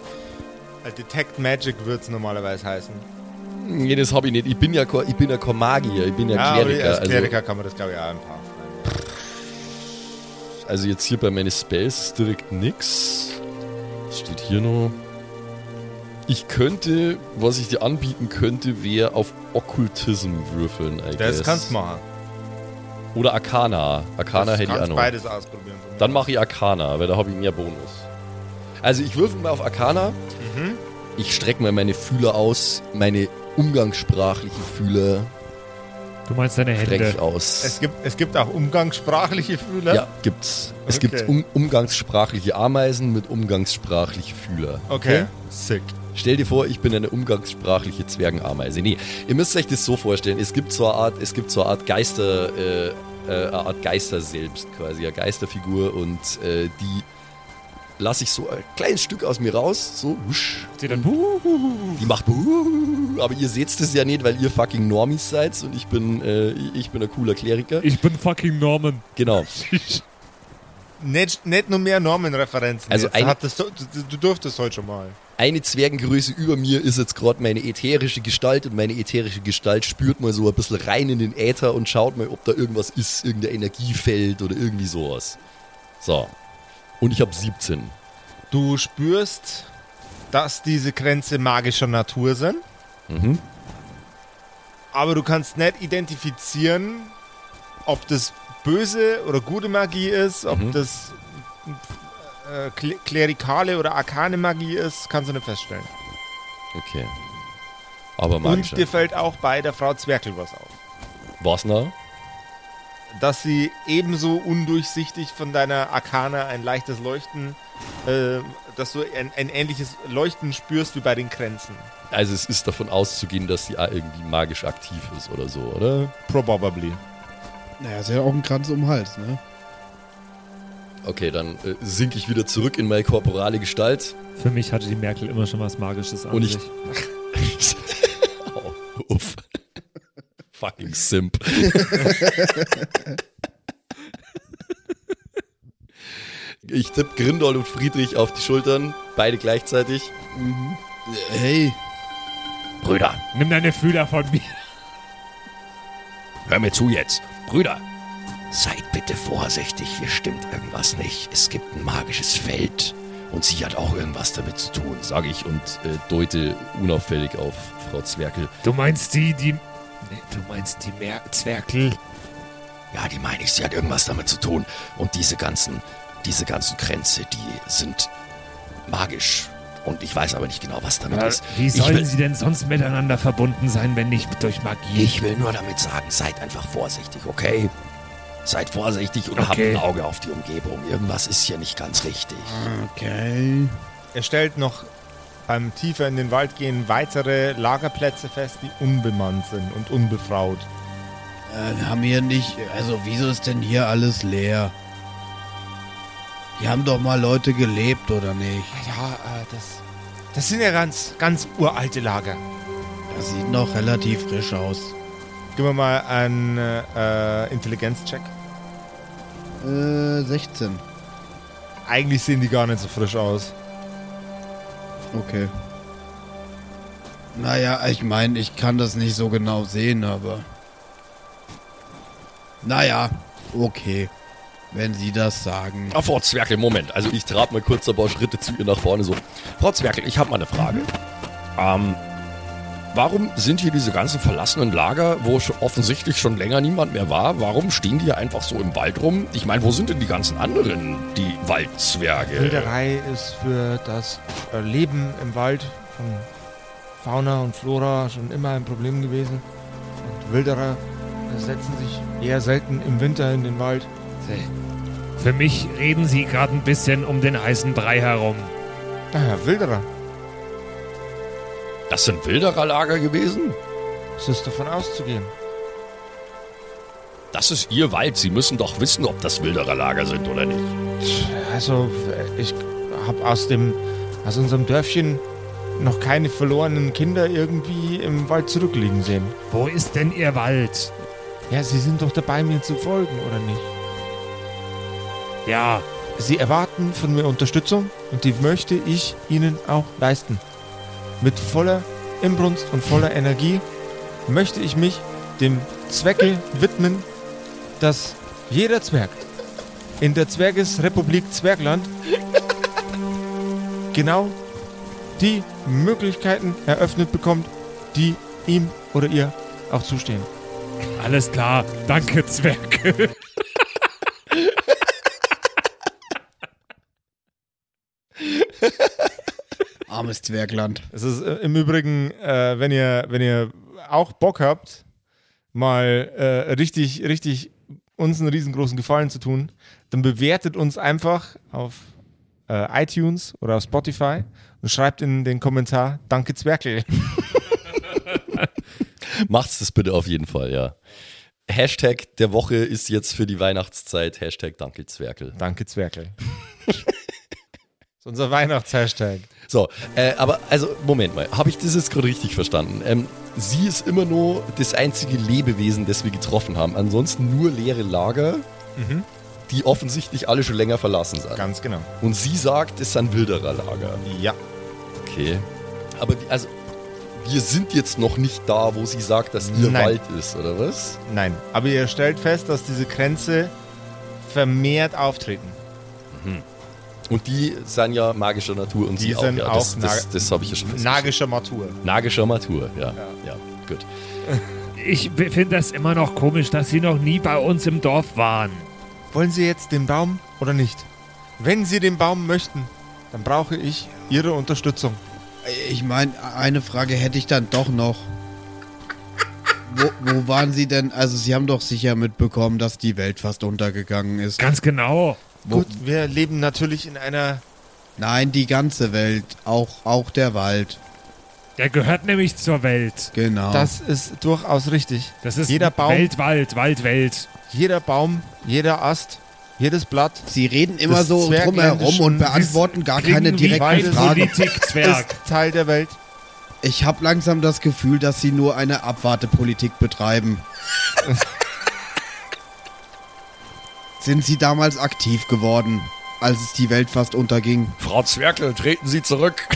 S1: Äh, Detect Magic wird es normalerweise heißen.
S7: Nee, das habe ich nicht. Ich bin ja, kein- ich bin ja kein Magier, ich bin ja,
S1: Ja, aber
S7: Kleriker.
S1: als
S7: Also,
S1: Kleriker kann man das, glaube ich, auch ein paar.
S7: also jetzt hier bei meinen Spells ist direkt nix. Was steht hier noch? Ich könnte, was ich dir anbieten könnte, wäre auf Okkultism würfeln, I
S1: Das
S7: guess.
S1: kannst du machen.
S7: Oder Arcana. Arcana
S1: das
S7: hätte ich auch
S1: kannst
S7: noch.
S1: beides ausprobieren. von mir.
S7: Dann mache ich Arcana, weil da habe ich mehr Bonus. Also ich würfel mal auf Arcana.
S2: Mhm.
S7: Ich strecke mal meine Fühler aus, meine umgangssprachlichen Fühler.
S6: Du meinst deine Hände.
S7: Dreckig aus.
S2: Es gibt, es gibt auch umgangssprachliche Fühler.
S7: ja, gibt's. Es
S2: Okay.
S7: gibt um, umgangssprachliche Ameisen mit umgangssprachliche Fühler.
S2: Okay. Sick.
S7: Stell dir vor, ich bin eine umgangssprachliche Zwergenameise. Nee, ihr müsst euch das so vorstellen. Es gibt so eine Art, es gibt so eine Art Geister, äh, äh, eine Art Geister selbst quasi, eine Geisterfigur und äh, die lasse ich so ein kleines Stück aus mir raus, so wusch,
S6: Sie dann, "Huhuhu."
S7: die macht Buh, aber ihr seht es ja nicht, weil ihr fucking Normies seid und ich bin äh, ich bin ein cooler Kleriker.
S6: ich bin fucking Norman.
S7: Genau.
S2: Nicht, nicht nur mehr Normenreferenzen.
S7: Also
S2: jetzt.
S7: ein-
S2: Hat das, du, du du durftest heute schon mal.
S7: Eine Zwergengröße über mir ist jetzt gerade meine ätherische Gestalt und meine ätherische Gestalt spürt mal so ein bisschen rein in den Äther und schaut mal, ob da irgendwas ist, irgendein Energiefeld oder irgendwie sowas. So. Und ich habe 17.
S2: Du spürst, dass diese Grenze magischer Natur sind.
S7: Mhm.
S2: aber du kannst nicht identifizieren, ob das böse oder gute Magie ist, ob
S7: Mhm.
S2: das äh, kle- klerikale oder arkane Magie ist, kannst du nicht feststellen.
S7: Okay. Aber
S2: Und dir
S7: manche.
S2: fällt auch bei der Frau Zwerkel was auf.
S7: Was na?
S2: Dass sie ebenso undurchsichtig von deiner Arkane ein leichtes Leuchten, äh, dass du ein, ein ähnliches Leuchten spürst wie bei den Grenzen.
S7: Also es ist davon auszugehen, dass sie auch irgendwie magisch aktiv ist oder so, oder?
S2: Probably.
S3: Naja, ist ja auch ein Kranz um den Hals, ne?
S7: Okay, dann äh, sink ich wieder zurück in meine korporale Gestalt.
S6: Für mich hatte die Merkel immer schon was Magisches an
S7: Und ich-
S6: sich.
S7: Au, uff. Fucking Simp. ich tippe Grindol und Friedrich auf die Schultern, beide gleichzeitig.
S3: Hey,
S4: Brüder,
S6: Nimm deine Fühler von mir.
S4: hör mir zu jetzt. Brüder, seid bitte vorsichtig, hier stimmt irgendwas nicht. Es gibt ein magisches Feld und sie hat auch irgendwas damit zu tun.
S7: Sage ich und äh, deute unauffällig auf Frau Zwerkel.
S6: Du meinst die, die. Nee, du meinst die Mer Zwerkel.
S4: Ja, die meine ich, sie hat irgendwas damit zu tun. Und diese ganzen, diese ganzen Grenze, die sind magisch. Und ich weiß aber nicht genau, was damit ist.
S6: Wie
S4: sollen will-
S6: sie denn sonst miteinander verbunden sein, wenn nicht durch Magie?
S4: Ich will nur damit sagen, seid einfach vorsichtig, okay? Seid vorsichtig und habt
S6: Okay.
S4: ein Auge auf die Umgebung. Irgendwas ist hier nicht ganz richtig.
S3: okay.
S2: Er stellt noch beim tiefer in den Wald gehen weitere Lagerplätze fest, die unbemannt sind und unbefraut.
S3: Äh, haben hier nicht. Also, wieso ist denn hier alles leer? Hier haben doch mal Leute gelebt, oder nicht?
S2: Ja, äh, das, das sind ja ganz, ganz uralte Lager.
S3: Das sieht noch relativ frisch aus.
S2: Gib mir mal einen äh, Intelligenzcheck.
S3: Äh, 16.
S2: Eigentlich sehen die gar nicht so frisch aus.
S3: Okay. Naja, ich meine, ich kann das nicht so genau sehen, aber. Naja, okay. Wenn Sie das sagen.
S7: Ah, Frau Zwerkel, Moment. Also ich trab mal kurz ein paar Schritte zu ihr nach vorne so.
S4: Frau Zwerkel, ich habe mal eine Frage. Ähm, warum sind hier diese ganzen verlassenen Lager, wo sch- offensichtlich schon länger niemand mehr war, warum stehen die hier einfach so im Wald rum? Ich meine, wo sind denn die ganzen anderen, die Waldzwerge?
S2: Wilderei ist für das äh, Leben im Wald von Fauna und Flora schon immer ein Problem gewesen. Und Wilderer äh, setzen sich eher selten im Winter in den Wald.
S6: Für mich reden sie gerade ein bisschen um den heißen Brei herum.
S2: Naja, Ah Wilderer.
S4: Das sind Wildererlager gewesen?
S2: Es ist davon auszugehen.
S4: Das ist Ihr Wald. Sie müssen doch wissen, ob das Wildererlager sind oder nicht.
S2: Also, ich habe aus dem, aus unserem Dörfchen noch keine verlorenen Kinder irgendwie im Wald zurückliegen sehen.
S6: Wo ist denn ihr Wald?
S2: Ja, Sie sind doch dabei, mir zu folgen, oder nicht?
S6: Ja,
S2: Sie erwarten von mir Unterstützung und die möchte ich Ihnen auch leisten. Mit voller Inbrunst und voller Energie möchte ich mich dem Zwecke widmen, dass jeder Zwerg in der Zwergesrepublik Zwergland genau die Möglichkeiten eröffnet bekommt, die ihm oder ihr auch zustehen.
S6: alles klar. Danke, Zwerg.
S3: Armes Zwergland.
S2: Es ist äh, im Übrigen, äh, wenn, ihr, wenn ihr auch Bock habt,
S1: mal äh, richtig, richtig uns einen riesengroßen Gefallen zu tun, dann bewertet uns einfach auf äh, iTunes oder auf Spotify und schreibt in den Kommentar Danke Zwerkel.
S7: Macht's das bitte auf jeden Fall, ja. Hashtag der Woche ist jetzt für die Weihnachtszeit Hashtag Dankelzwerkel.
S1: Danke Zwerkel. das ist unser Weihnachtshashtag.
S7: So, äh, aber also, Moment mal, habe ich das jetzt gerade richtig verstanden? Ähm, sie ist immer nur das einzige Lebewesen, das wir getroffen haben. Ansonsten nur leere Lager,
S1: Mhm.
S7: die offensichtlich alle schon länger verlassen sind.
S1: Ganz genau.
S7: Und sie sagt, es sind wilderer Lager.
S1: Ja.
S7: Okay. Aber wie- also, wir sind jetzt noch nicht da, wo sie sagt, dass ihr
S1: Nein.
S7: Wald ist, oder was?
S1: Nein, aber ihr stellt fest, dass diese Grenze vermehrt auftreten.
S7: Und die sind ja magischer Natur und
S1: Die
S7: sie
S1: sind
S7: auch. Ja, das
S1: auch
S7: das,
S1: nag-
S7: das habe ich ja schon festgestellt.
S1: Nagischer Matur.
S7: Nagischer Natur, ja. ja. gut.
S6: Ich finde das immer noch komisch, dass sie noch nie bei uns im Dorf waren.
S1: Wollen Sie jetzt den Baum oder nicht? Wenn Sie den Baum möchten, dann brauche ich Ihre Unterstützung.
S3: Ich meine, eine Frage hätte ich dann doch noch. Wo, wo waren Sie denn? Also, Sie haben doch sicher mitbekommen, dass die Welt fast untergegangen ist.
S6: Ganz genau.
S3: Wo-
S1: Gut, wir leben natürlich in einer.
S3: Nein, die ganze Welt. Auch, auch der Wald.
S6: Der gehört nämlich zur Welt.
S3: Genau.
S1: Das ist durchaus richtig.
S6: Das ist
S1: Jeder Baum-
S6: Welt, Wald, Wald, Welt.
S1: Jeder Baum, jeder Ast, jedes Blatt
S3: Sie reden immer
S1: Das
S3: so
S1: Zwergländische
S3: drumherum und beantworten gar
S6: Klingen
S3: keine
S6: wie
S3: direkten
S6: ein
S3: Fragen.
S6: Politikzwerg.
S1: ist Teil der Welt.
S3: Ich habe langsam das Gefühl, dass Sie nur eine Abwartepolitik betreiben. Sind Sie damals aktiv geworden, als es die Welt fast unterging?
S4: Frau Zwerkel, treten Sie zurück.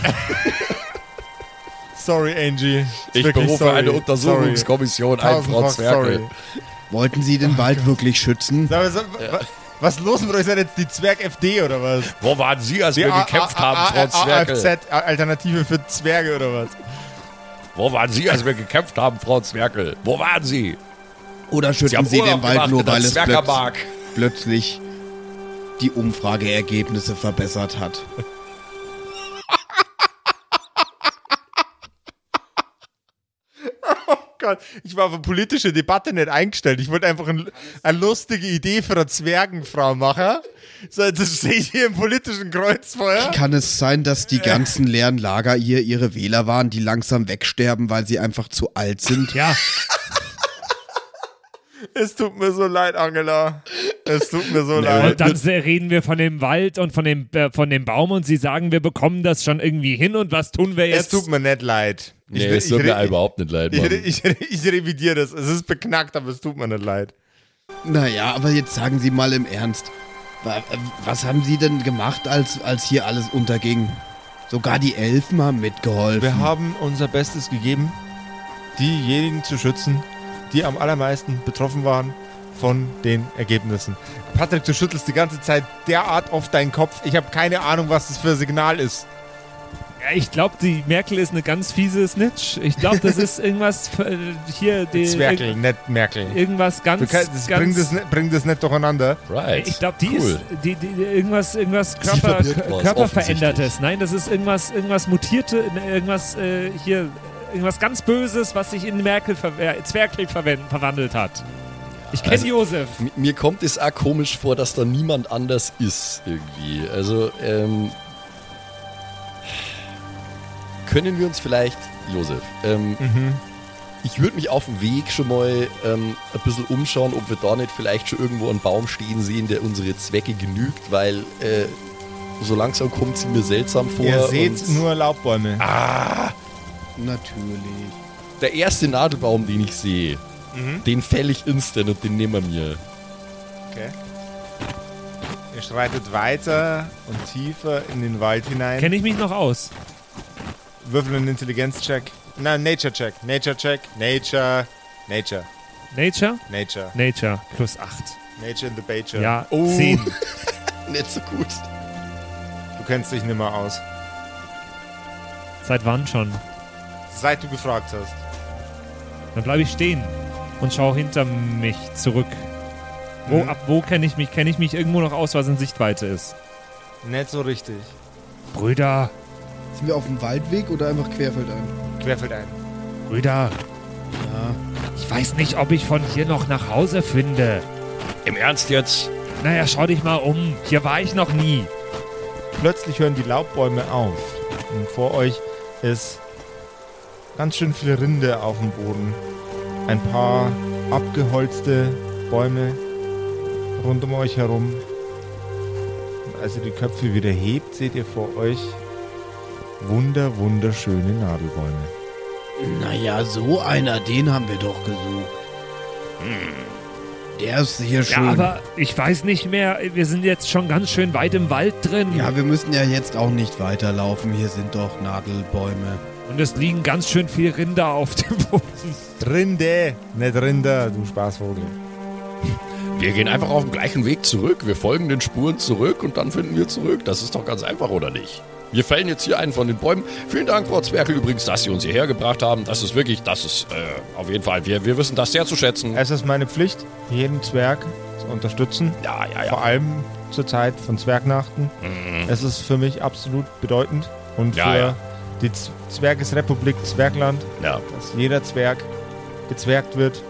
S1: Sorry, Angie.
S4: Ich
S1: Wirklich
S4: berufe
S1: sorry.
S4: eine
S1: Sorry.
S4: Untersuchungskommission ein, Frau
S1: Tausendfach
S4: Zwerkel.
S1: sorry.
S3: Wollten Sie den Wald wirklich schützen?
S1: Sag mal, so, wa- Was ist los mit euch? Seid jetzt die Zwerg-FD oder was?
S4: Wo waren Sie, als wir
S1: A-
S4: gekämpft
S1: A-
S4: haben,
S1: A-
S4: Frau Zwerkel?
S1: AFZ, Alternative für Zwerge oder was?
S4: Wo waren Sie, als wir gekämpft haben, Frau Zwerkel? Wo waren Sie?
S3: Oder
S4: Sie
S3: schützen
S4: haben
S3: Sie
S4: Urlaub
S3: den Wald
S4: gemacht
S3: nur,
S4: in der
S3: weil es plötz
S4: Zwerkermark.
S3: plötzlich die Umfrageergebnisse verbessert hat?
S1: Oh Gott, ich war auf eine politische Debatte nicht eingestellt. Ich wollte einfach ein, eine lustige Idee für eine Zwergenfrau machen. So, jetzt stehe ich hier im politischen Kreuzfeuer.
S3: Kann es sein, dass die ganzen leeren Lager hier ihre Wähler waren, die langsam wegsterben, weil sie einfach zu alt sind?
S6: Ja,
S1: Es tut mir so leid, Angela. Es tut mir so leid.
S6: und dann se- reden wir von dem Wald und von dem, äh, von dem Baum und sie sagen, wir bekommen das schon irgendwie hin und was tun wir
S1: Es
S6: jetzt?
S1: tut mir nicht leid.
S7: Nee,
S1: ich,
S7: es tut
S1: ich,
S7: mir
S1: ich,
S7: überhaupt nicht leid, Mann.
S1: ich, ich, ich revidiere das. Es ist beknackt, aber es tut mir nicht leid.
S3: Naja, aber jetzt sagen Sie mal im Ernst. wa- äh, Was haben Sie denn gemacht, als, als hier alles unterging? Sogar die Elfen haben
S1: Wir
S3: mitgeholfen.
S1: haben unser Bestes gegeben, diejenigen zu schützen, die am allermeisten betroffen waren von den Ergebnissen. Patrick, du schüttelst die ganze Zeit derart oft deinen Kopf. Ich habe keine Ahnung, was das für ein Signal ist.
S6: Ja, ich glaube, die Merkel ist eine ganz fiese Snitch. Ich glaube, das ist irgendwas äh, hier, die,
S1: Zwerkel, nicht Merkel.
S6: irg- irgendwas
S1: Du
S6: ganz,
S1: kannst, das
S6: ganz
S1: bring, das, ni- bring das nicht durcheinander.
S7: Right.
S6: Ich glaube, die
S7: cool.
S6: ist die, die, die- irgendwas, irgendwas Körper,
S7: verbirgt
S6: Kö-
S7: was,
S6: Körperverändertes. Nein, das ist irgendwas, irgendwas mutierte, irgendwas äh, hier, irgendwas ganz Böses, was sich in Merkel ver äh, Zwerkel verwen- verwandelt hat. Ich kenne
S7: also-
S6: Josef.
S7: M- Mir kommt es auch komisch vor, dass da niemand anders ist irgendwie. Also, ähm. Können wir uns vielleicht, Josef, ähm,
S1: Mhm.
S7: ich würde mich auf dem Weg schon mal ähm, ein bisschen umschauen, ob wir da nicht vielleicht schon irgendwo einen Baum stehen sehen, der unsere Zwecke genügt, weil äh, so langsam kommt sie mir seltsam vor.
S1: Ihr seht
S7: und
S1: nur Laubbäume.
S3: Natürlich.
S7: Der erste Nadelbaum, den ich sehe,
S1: Mhm.
S7: den fäll ich instant und den nehmen wir mir.
S1: Okay. Ihr schreitet weiter und tiefer in den Wald hinein.
S6: Kenne ich mich noch aus.
S1: Würfel einen Intelligenz-Check. Nein, Nature-Check. Nature-Check. Nature. Nature.
S6: Nature?
S1: Nature.
S6: Nature. Plus 8.
S1: Nature in the Bature.
S6: Ja, 10.
S7: Nicht so gut.
S1: Du kennst dich nimmer aus.
S6: Seit wann schon?
S1: Seit du gefragt hast.
S6: Dann bleibe ich stehen und schaue hinter mich zurück. Wo,
S1: Mhm.
S6: Ab wo kenne ich mich? Kenne ich mich irgendwo noch aus, was in Sichtweite ist?
S1: Nicht so richtig.
S6: Brüder,
S3: Sind wir auf dem Waldweg oder einfach querfeldein?
S1: Querfeld ein.
S6: Brüder,
S3: Ja.
S6: ich Ich weiß nicht, ob ich von hier noch nach Hause finde.
S4: Im Ernst jetzt?
S6: Naja, schau dich mal um. Hier war ich noch nie.
S1: Plötzlich hören die Laubbäume auf. Und vor euch ist ganz schön viel Rinde auf dem Boden. Ein paar abgeholzte Bäume rund um euch herum. Und als ihr die Köpfe wieder hebt, seht ihr vor euch wunder, wunderschöne Nadelbäume.
S3: Naja, so einer, den haben wir doch gesucht. Der ist hier schön.
S6: Ja, aber ich weiß nicht mehr. Wir sind jetzt schon ganz schön weit im Wald drin.
S3: ja, wir müssen ja jetzt auch nicht weiterlaufen. Hier sind doch Nadelbäume.
S6: Und es liegen ganz schön viel Rinder auf dem Boden.
S1: Rinde, nicht Rinder, du Spaßvogel.
S4: Wir gehen einfach auf dem gleichen Weg zurück. Wir folgen den Spuren zurück und dann finden wir zurück. Das ist doch ganz einfach, oder nicht? Wir fällen jetzt hier einen von den Bäumen. Vielen Dank, Frau Zwerkel, übrigens, dass Sie uns hierher gebracht haben. Das ist wirklich, das ist äh, auf jeden Fall, wir, wir wissen das sehr zu schätzen.
S1: Es ist meine Pflicht, jeden Zwerg zu unterstützen.
S4: Ja, ja, ja.
S1: Vor allem zur Zeit von Zwergnachten. Es ist für mich absolut bedeutend und
S4: Ja,
S1: für
S4: ja.
S1: die Z Zwergesrepublik Zwergland,
S4: ja.
S1: dass jeder Zwerg gezwergt wird.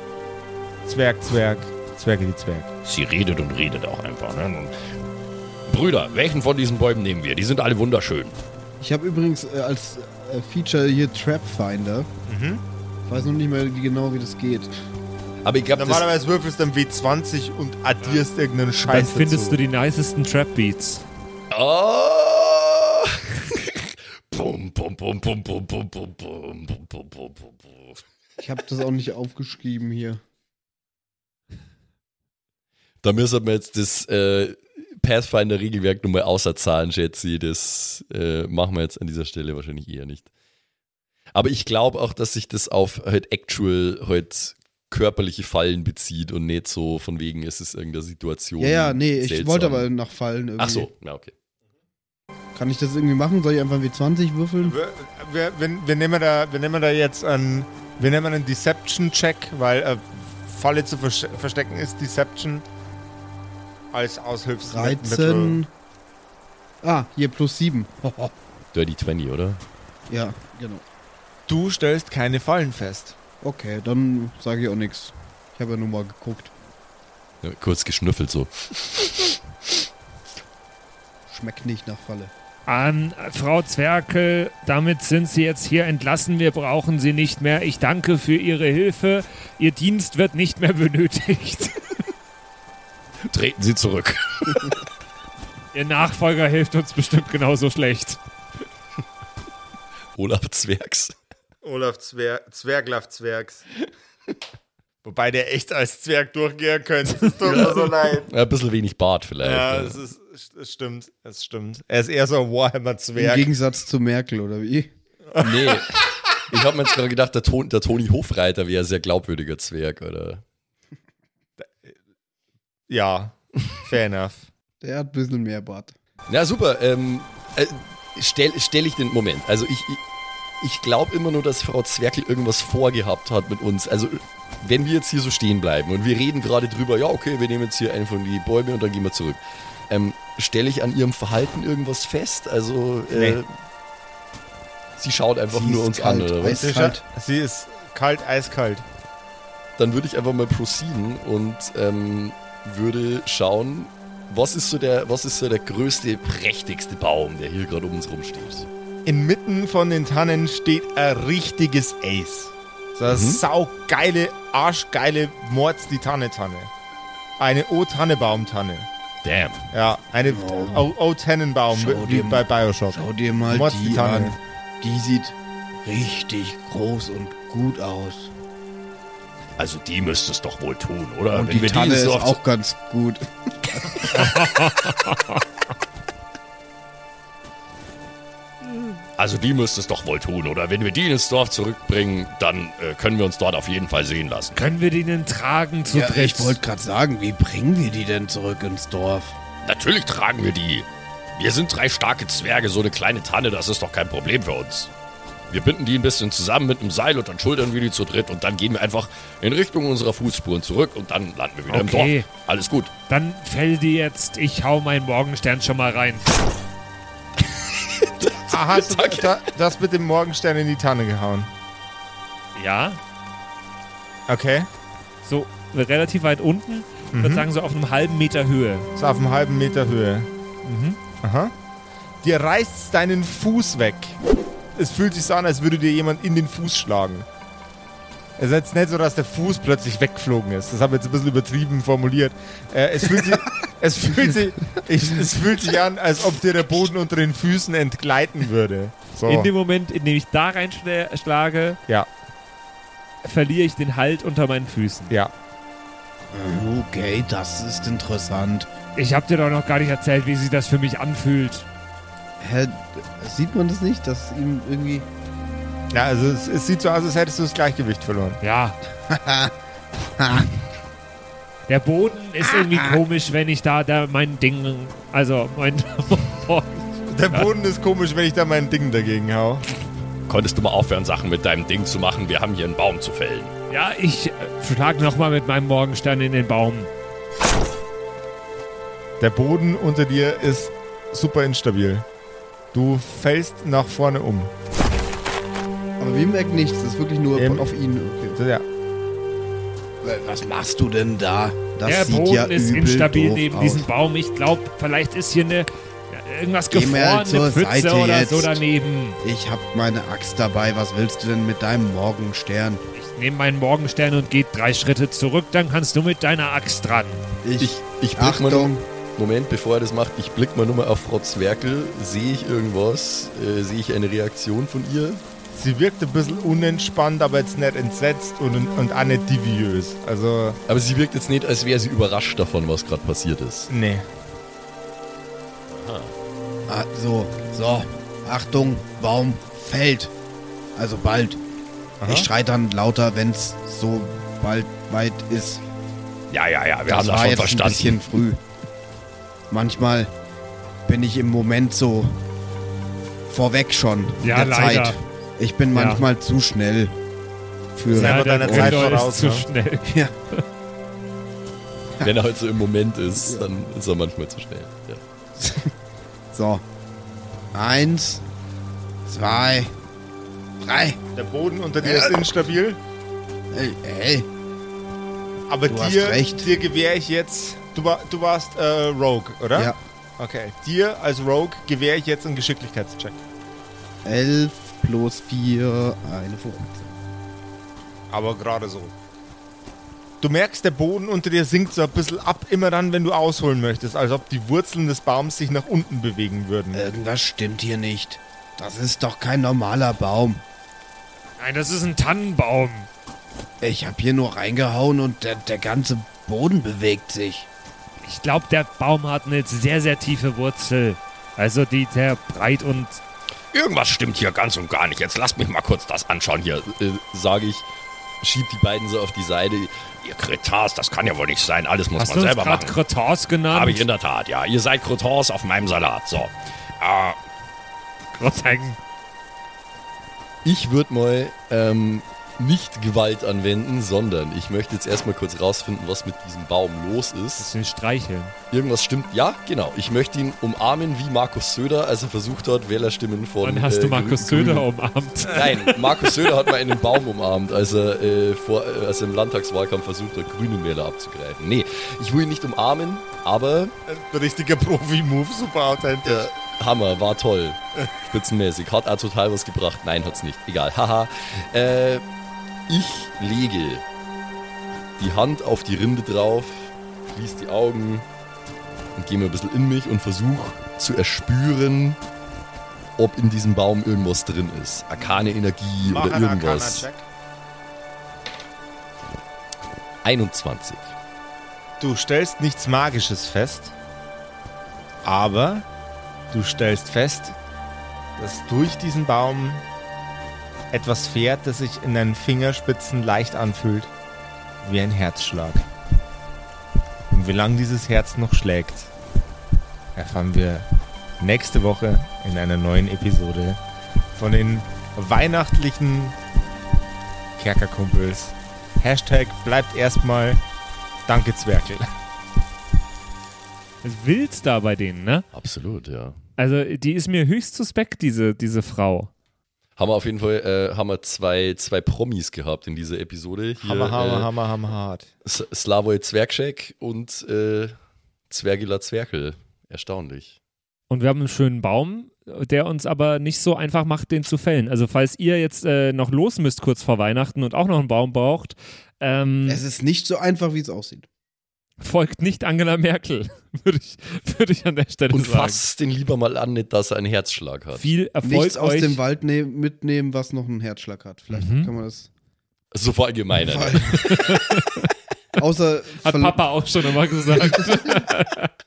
S1: Zwerg, Zwerg, Zwerge die Zwerg.
S4: Sie redet und redet auch einfach. Ne? Und- Brüder, welchen von diesen Bäumen nehmen wir? Die sind alle wunderschön.
S3: Ich habe übrigens äh, als äh, Feature hier Trap Finder.
S7: Mhm.
S3: Ich weiß noch nicht mehr genau, wie das geht.
S7: Aber ich glaube, das,
S1: Normalerweise würfelst du dann W20 und addierst irgendeinen
S6: Dann
S1: Scheiß
S6: findest
S1: dazu.
S6: du die nicesten Trap-Beats.
S7: Oh! bum, bum, bum, bum, bum, bum, bum, bum, bum, bum, bum, bum, bum.
S3: Ich habe das auch nicht aufgeschrieben hier.
S7: Da müssen wir jetzt das äh, Pathfinder-Regelwerk nochmal außerzahlen, schätze ich. Das äh, machen wir jetzt an dieser Stelle wahrscheinlich eher nicht. Aber ich glaube auch, dass sich das auf halt actual halt körperliche Fallen bezieht und nicht so von wegen, es ist irgendeine Situation.
S3: Ja, ja, nee, ich
S7: seltsam.
S3: wollte aber nach Fallen irgendwie.
S7: Ach so, ja, okay.
S3: Kann ich das irgendwie machen? Soll ich einfach W20 würfeln?
S1: Wir, wir, wir, wir, nehmen da, wir nehmen da jetzt einen, wir nehmen einen Deception-Check, weil äh, Falle zu versch- verstecken ist Deception als Aushilfsmittel.
S3: 13. Ah, hier plus 7.
S7: Dirty 20, oder?
S3: Ja, genau.
S1: Du stellst keine Fallen fest.
S3: Okay, dann sage ich auch nichts. Ich habe ja nur mal geguckt.
S7: Ja, kurz geschnüffelt so.
S3: Schmeckt nicht nach Falle.
S6: An Frau Zwerkel, damit sind Sie jetzt hier entlassen. Wir brauchen Sie nicht mehr. Ich danke für Ihre Hilfe. Ihr Dienst wird nicht mehr benötigt.
S4: Treten Sie zurück.
S6: Ihr Nachfolger hilft uns bestimmt genauso schlecht.
S7: Olaf Zwergs.
S1: Olaf Zwer Zwerglaf Zwergs. Wobei der echt als Zwerg durchgehen könnte. Das tut mir so leid.
S7: Ein bisschen wenig Bart vielleicht.
S1: Ja,
S7: ne?
S1: es, ist, es stimmt, es stimmt. Er ist eher so ein
S3: Im
S1: Warhammer-Zwerg.
S3: Gegensatz zu Merkel, oder wie?
S7: Nee. Ich habe mir jetzt gerade gedacht, der, Ton, der Toni Hofreiter wäre ein sehr glaubwürdiger Zwerg, oder?
S1: Ja, fair enough.
S3: Der hat ein bisschen mehr Bart.
S7: Ja, super. Ähm, äh, stell, stell ich den Moment. Also ich, ich, ich glaube immer nur, dass Frau Zwerkel irgendwas vorgehabt hat mit uns. Also wenn wir jetzt hier so stehen bleiben und wir reden gerade drüber, ja okay, wir nehmen jetzt hier einen von die Bäume und dann gehen wir zurück. Ähm, Stelle ich an ihrem Verhalten irgendwas fest? Also äh,
S1: Nee.
S7: sie schaut einfach
S3: Sie
S7: nur
S3: ist
S7: uns
S3: kalt,
S7: an, oder was?
S3: weiß-
S1: Sie,
S3: Kalt.
S1: scha- sie ist kalt, eiskalt.
S7: dann würde ich einfach mal proceeden und ähm, würde schauen, was ist so der, was ist so der größte, prächtigste Baum, der hier gerade um uns rumsteht.
S1: Inmitten von den Tannen steht ein richtiges Ace. So
S3: Mhm.
S1: eine saugeile, arschgeile Mords die Tanne-Tanne. Eine O-Tannebaum-Tanne.
S4: Damn.
S1: Ja, eine O- O-Tannenbaum,
S3: Oh. Schau
S1: wie
S3: dir
S1: bei
S3: mal-
S1: Bioshock.
S3: Schau dir mal
S1: Mods die
S3: die
S1: Tanne.
S3: an. Die sieht richtig groß und gut aus.
S4: Also die müsste es doch wohl tun, oder?
S3: und die Tanne ist
S4: so oft-
S3: auch ganz gut.
S4: Also die müsste es doch wohl tun, oder? Wenn wir die ins Dorf zurückbringen, dann äh, können wir uns dort auf jeden Fall sehen lassen.
S6: Können wir denen tragen zu
S3: Ja,
S6: dritt?
S3: ich wollte gerade sagen, wie bringen wir die denn zurück ins Dorf?
S4: Natürlich tragen wir die. Wir sind drei starke Zwerge, so eine kleine Tanne, das ist doch kein Problem für uns. Wir binden die ein bisschen zusammen mit einem Seil und dann schultern wir die zu dritt und dann gehen wir einfach in Richtung unserer Fußspuren zurück und dann landen wir wieder
S6: Okay.
S4: im Dorf. Alles gut.
S6: Dann fäll die jetzt. Ich hau meinen Morgenstern schon mal rein.
S1: Ah, hast du da, das mit dem Morgenstern in die Tanne gehauen?
S6: Ja?
S1: Okay.
S6: So relativ weit unten, ich
S3: Mhm.
S6: würde sagen so auf einem halben Meter Höhe.
S1: Ist auf einem halben Meter Höhe.
S6: Mhm.
S1: Aha. Dir reißt deinen Fuß weg. Es fühlt sich so an, als würde dir jemand in den Fuß schlagen. Es ist jetzt nicht so, dass der Fuß plötzlich weggeflogen ist. Das habe ich jetzt ein bisschen übertrieben formuliert. Äh, es, fühlt sich, es, fühlt sich, ich, es fühlt sich an, als ob dir der Boden unter den Füßen entgleiten würde.
S3: Oh.
S1: So.
S6: In dem Moment, in dem ich da reinschlage,
S1: Ja.
S6: verliere ich den Halt unter meinen Füßen.
S1: ja.
S7: Mhm.
S3: Oh, Okay, das ist interessant.
S6: Ich habe dir doch noch gar nicht erzählt, wie sich das für mich anfühlt.
S3: Hä, sieht man das nicht, dass ihm irgendwie...
S1: Ja, also es, es sieht so aus, als hättest du das Gleichgewicht verloren.
S6: Ja. Der Boden ist irgendwie komisch, wenn ich da, da mein Ding, also mein
S1: Der Boden ist komisch, wenn ich da mein Ding dagegen hau.
S12: Konntest du mal aufhören, Sachen mit deinem Ding zu machen? Wir haben hier einen Baum zu fällen.
S6: Ja, ich äh, schlag nochmal mit meinem Morgenstern in den Baum.
S1: Der Boden unter dir ist super instabil. Du fällst nach vorne um.
S3: Aber wir merken nichts, das ist wirklich nur
S1: Ähm.
S3: auf ihn. Okay.
S1: So, Ja.
S3: Was machst du denn da? Das
S6: Der
S3: sieht
S6: Boden
S3: ja
S6: ist
S3: übel
S6: instabil
S3: doof
S6: neben
S3: aus.
S6: diesem Baum. Ich glaube, vielleicht ist hier eine ja, irgendwas
S3: Geh mal
S6: gefrorene
S3: zur
S6: Pfütze
S3: Seite
S6: oder
S3: jetzt.
S6: so daneben.
S3: Ich hab meine Axt dabei, was willst du denn mit deinem Morgenstern?
S6: Ich nehme meinen Morgenstern und gehe drei Schritte zurück, dann kannst du mit deiner Axt dran.
S4: Ich, ich blick mal nur,
S3: Achtung,
S4: Moment, bevor er das macht, ich blick mal nur mal auf Frau Zwerkel. Sehe ich irgendwas? Äh, Sehe ich eine Reaktion von ihr?
S1: Sie wirkt ein bisschen unentspannt, aber jetzt nicht entsetzt und, und auch nicht deviös. Also,
S4: Aber sie wirkt jetzt nicht, als wäre sie überrascht davon, was gerade passiert ist.
S1: nee.
S3: Ah, so, so, Achtung, Baum fällt. Also bald. Ich schrei dann lauter, wenn's so bald weit ist.
S12: Ja, ja, ja, wir
S3: das
S12: haben das schon
S3: war jetzt ein bisschen
S12: verstanden.
S3: früh. Manchmal bin ich im Moment so vorweg schon
S6: Ja,
S3: der
S6: leider.
S3: Zeit. Ich
S6: Ja.
S3: bin manchmal zu schnell für
S1: Ja, aber deiner Zeit
S6: Grindel
S1: voraus,
S6: ist zu
S1: ne?
S6: schnell.
S4: Wenn er halt so im Moment ist, dann ist er manchmal zu schnell. Ja.
S3: so eins, zwei, drei. Äh,
S1: Der Boden unter dir ist instabil,
S3: Ey, ey.
S1: aber
S3: Du hast
S1: dir,
S3: recht.
S1: dir gewähre ich jetzt. Du, war, du warst äh, Rogue, oder?
S3: Ja,
S1: Okay. Dir als Rogue gewähre ich jetzt einen Geschicklichkeitscheck.
S3: elf plus vier, eine 15.
S1: Aber gerade so. Du merkst, der Boden unter dir sinkt so ein bisschen ab, immer dann, wenn du ausholen möchtest, als ob die Wurzeln des Baums sich nach unten bewegen würden.
S3: Irgendwas stimmt hier nicht. Das ist doch kein normaler Baum.
S6: Nein, das ist ein Tannenbaum.
S3: Ich hab hier nur reingehauen und der, der ganze Boden bewegt sich.
S6: Ich glaube, der Baum hat eine sehr, sehr tiefe Wurzel. Also die sehr breit und
S12: Irgendwas stimmt hier ganz und gar nicht. Jetzt lasst mich mal kurz das anschauen hier.
S4: Äh, Sage ich, schiebt die beiden so auf die Seite.
S12: Ihr Kretars, das kann ja wohl nicht sein. Alles muss
S6: hast du
S12: man
S6: uns
S12: selber
S6: gerade
S12: machen.
S6: Krotors
S12: Habe ich in
S6: genannt?
S12: der Tat, ja. Ihr seid Croutons auf meinem Salat. So. Äh,
S6: Kroteng.
S4: Ich würde mal ähm, nicht Gewalt anwenden, sondern ich möchte jetzt erstmal kurz rausfinden, was mit diesem Baum los ist.
S6: Das ist Streicheln.
S4: Irgendwas stimmt. Ja, genau. Ich möchte ihn umarmen wie Markus Söder, als er versucht hat, Wählerstimmen von.
S6: Dann hast
S4: äh,
S6: du Markus
S4: Grü-
S6: Söder
S4: Grünen-
S6: umarmt.
S4: Nein, Markus Söder hat mal einen Baum umarmt, als er, äh, vor, äh, als er im Landtagswahlkampf versucht hat, grünen Wähler abzugreifen. Nee, ich will ihn nicht umarmen, aber
S1: Ein richtiger Profi-Move, super authentisch.
S4: äh, Hammer, war toll. Spitzenmäßig. Hat auch total was gebracht. Nein, hat's nicht. Egal. Haha. Äh, ich lege die Hand auf die Rinde drauf, schließe die Augen und gehe mir ein bisschen in mich und versuche zu erspüren, ob in diesem Baum irgendwas drin ist. Arkane Energie
S1: Mach
S4: oder
S1: einen
S4: irgendwas.
S1: Arcana-Check.
S4: 21.
S1: Du stellst nichts Magisches fest, aber du stellst fest, dass durch diesen Baum etwas fährt, das sich in deinen Fingerspitzen leicht anfühlt, wie ein Herzschlag. Und wie lange dieses Herz noch schlägt, erfahren wir nächste Woche in einer neuen Episode von den weihnachtlichen Kerkerkumpels. Hashtag bleibt erstmal Danke Zwerkel.
S6: Was willst da bei denen, ne?
S4: Absolut, ja.
S6: Also, die ist mir höchst suspekt, diese, diese Frau.
S4: Haben wir auf jeden Fall äh, haben wir zwei, zwei Promis gehabt in dieser Episode. Hier,
S13: Hammer,
S4: äh,
S13: hammer, hammer, hammer, hart.
S4: S- Slavoj Zwergschek und äh, Zwergela Zwerkel. Erstaunlich.
S14: Und wir haben einen schönen Baum, der uns aber nicht so einfach macht, den zu fällen. Also falls ihr jetzt äh, noch los müsst kurz vor Weihnachten und auch noch einen Baum braucht, ähm,
S3: Es ist nicht so einfach, wie es aussieht.
S14: folgt nicht Angela Merkel, würde ich, würde ich an der Stelle
S4: Und
S14: sagen.
S4: fasst den lieber mal an, nicht, dass er einen Herzschlag hat.
S14: Viel Erfolg
S3: Nichts aus
S14: euch.
S3: dem Wald ne mitnehmen, was noch einen Herzschlag hat. Vielleicht
S14: Mhm.
S3: kann man das.
S4: So verallgemeinert.
S3: Außer
S14: Hat
S3: verlo-
S14: Papa auch schon immer gesagt.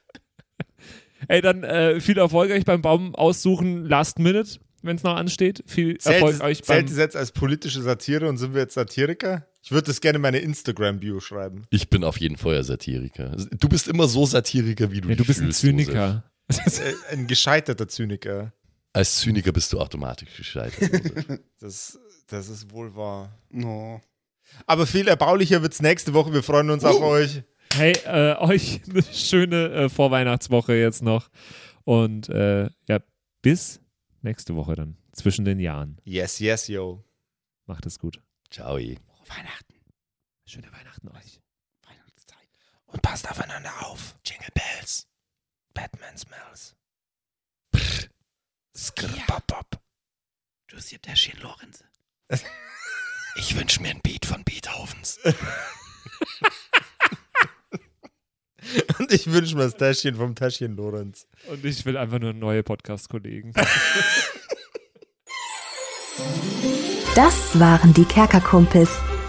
S14: Ey, dann äh, viel Erfolg euch beim Baum aussuchen, last minute, wenn es noch ansteht. Viel Erfolg euch
S1: zählt das
S14: beim.
S1: jetzt als politische Satire und sind wir jetzt Satiriker? Ich würde das gerne in meine Instagram-Bio schreiben.
S4: Ich bin auf jeden Fall ein Satiriker. Du bist immer so Satiriker, wie du
S14: Nee, du
S4: dich
S14: bist ein
S4: fühlst, Josef.
S14: Zyniker.
S1: Äh, ein gescheiterter Zyniker.
S4: Als Zyniker bist du automatisch gescheitert. Josef.
S1: Das, das ist wohl wahr.
S3: Oh.
S1: Aber viel erbaulicher wird's nächste Woche. Wir freuen uns auf euch.
S14: Hey, äh, euch eine schöne äh, Vorweihnachtswoche jetzt noch. Und äh, ja, bis nächste Woche dann. Zwischen den Jahren.
S1: Yes, yes, yo.
S14: Macht es gut.
S4: Ciao.
S14: Schöne Weihnachten euch.
S1: Und passt aufeinander auf. Jingle Bells. Batman Smells. Skrbabab.
S3: Joseph Daschien Lorenz.
S4: Ich wünsche mir ein Beat von Beethovens.
S1: Und ich wünsche mir das Täschchen vom Täschchen Lorenz.
S14: Und ich will einfach nur neue Podcast-Kollegen.
S5: Das waren die Kerkerkumpels,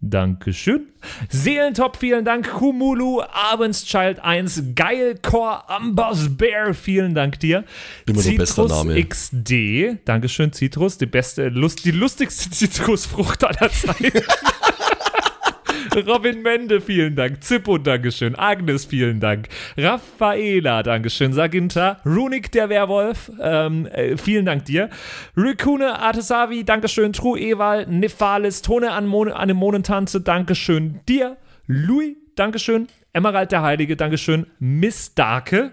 S6: Dankeschön. Seelentop, vielen Dank. Kumulu, Abendschild 1, Geilcore, Ambos Bear, vielen Dank dir.
S4: Immer noch bester
S6: Citrus
S4: Name.
S6: XD, Dankeschön, Citrus, die beste, Lust, die lustigste Zitrusfrucht aller Zeiten. Robin Mende, vielen Dank. Zippo, Dankeschön. Agnes, vielen Dank. Raffaela, Dankeschön. Saginta. Runik, der Werwolf, ähm, äh, vielen Dank dir. Rikune, Artesavi, Dankeschön. Tru Ewald, Nephalis, Tone an Mon Anemonentante, Dankeschön dir. Louis, Dankeschön. Emerald der Heilige, Dankeschön. Miss Darke,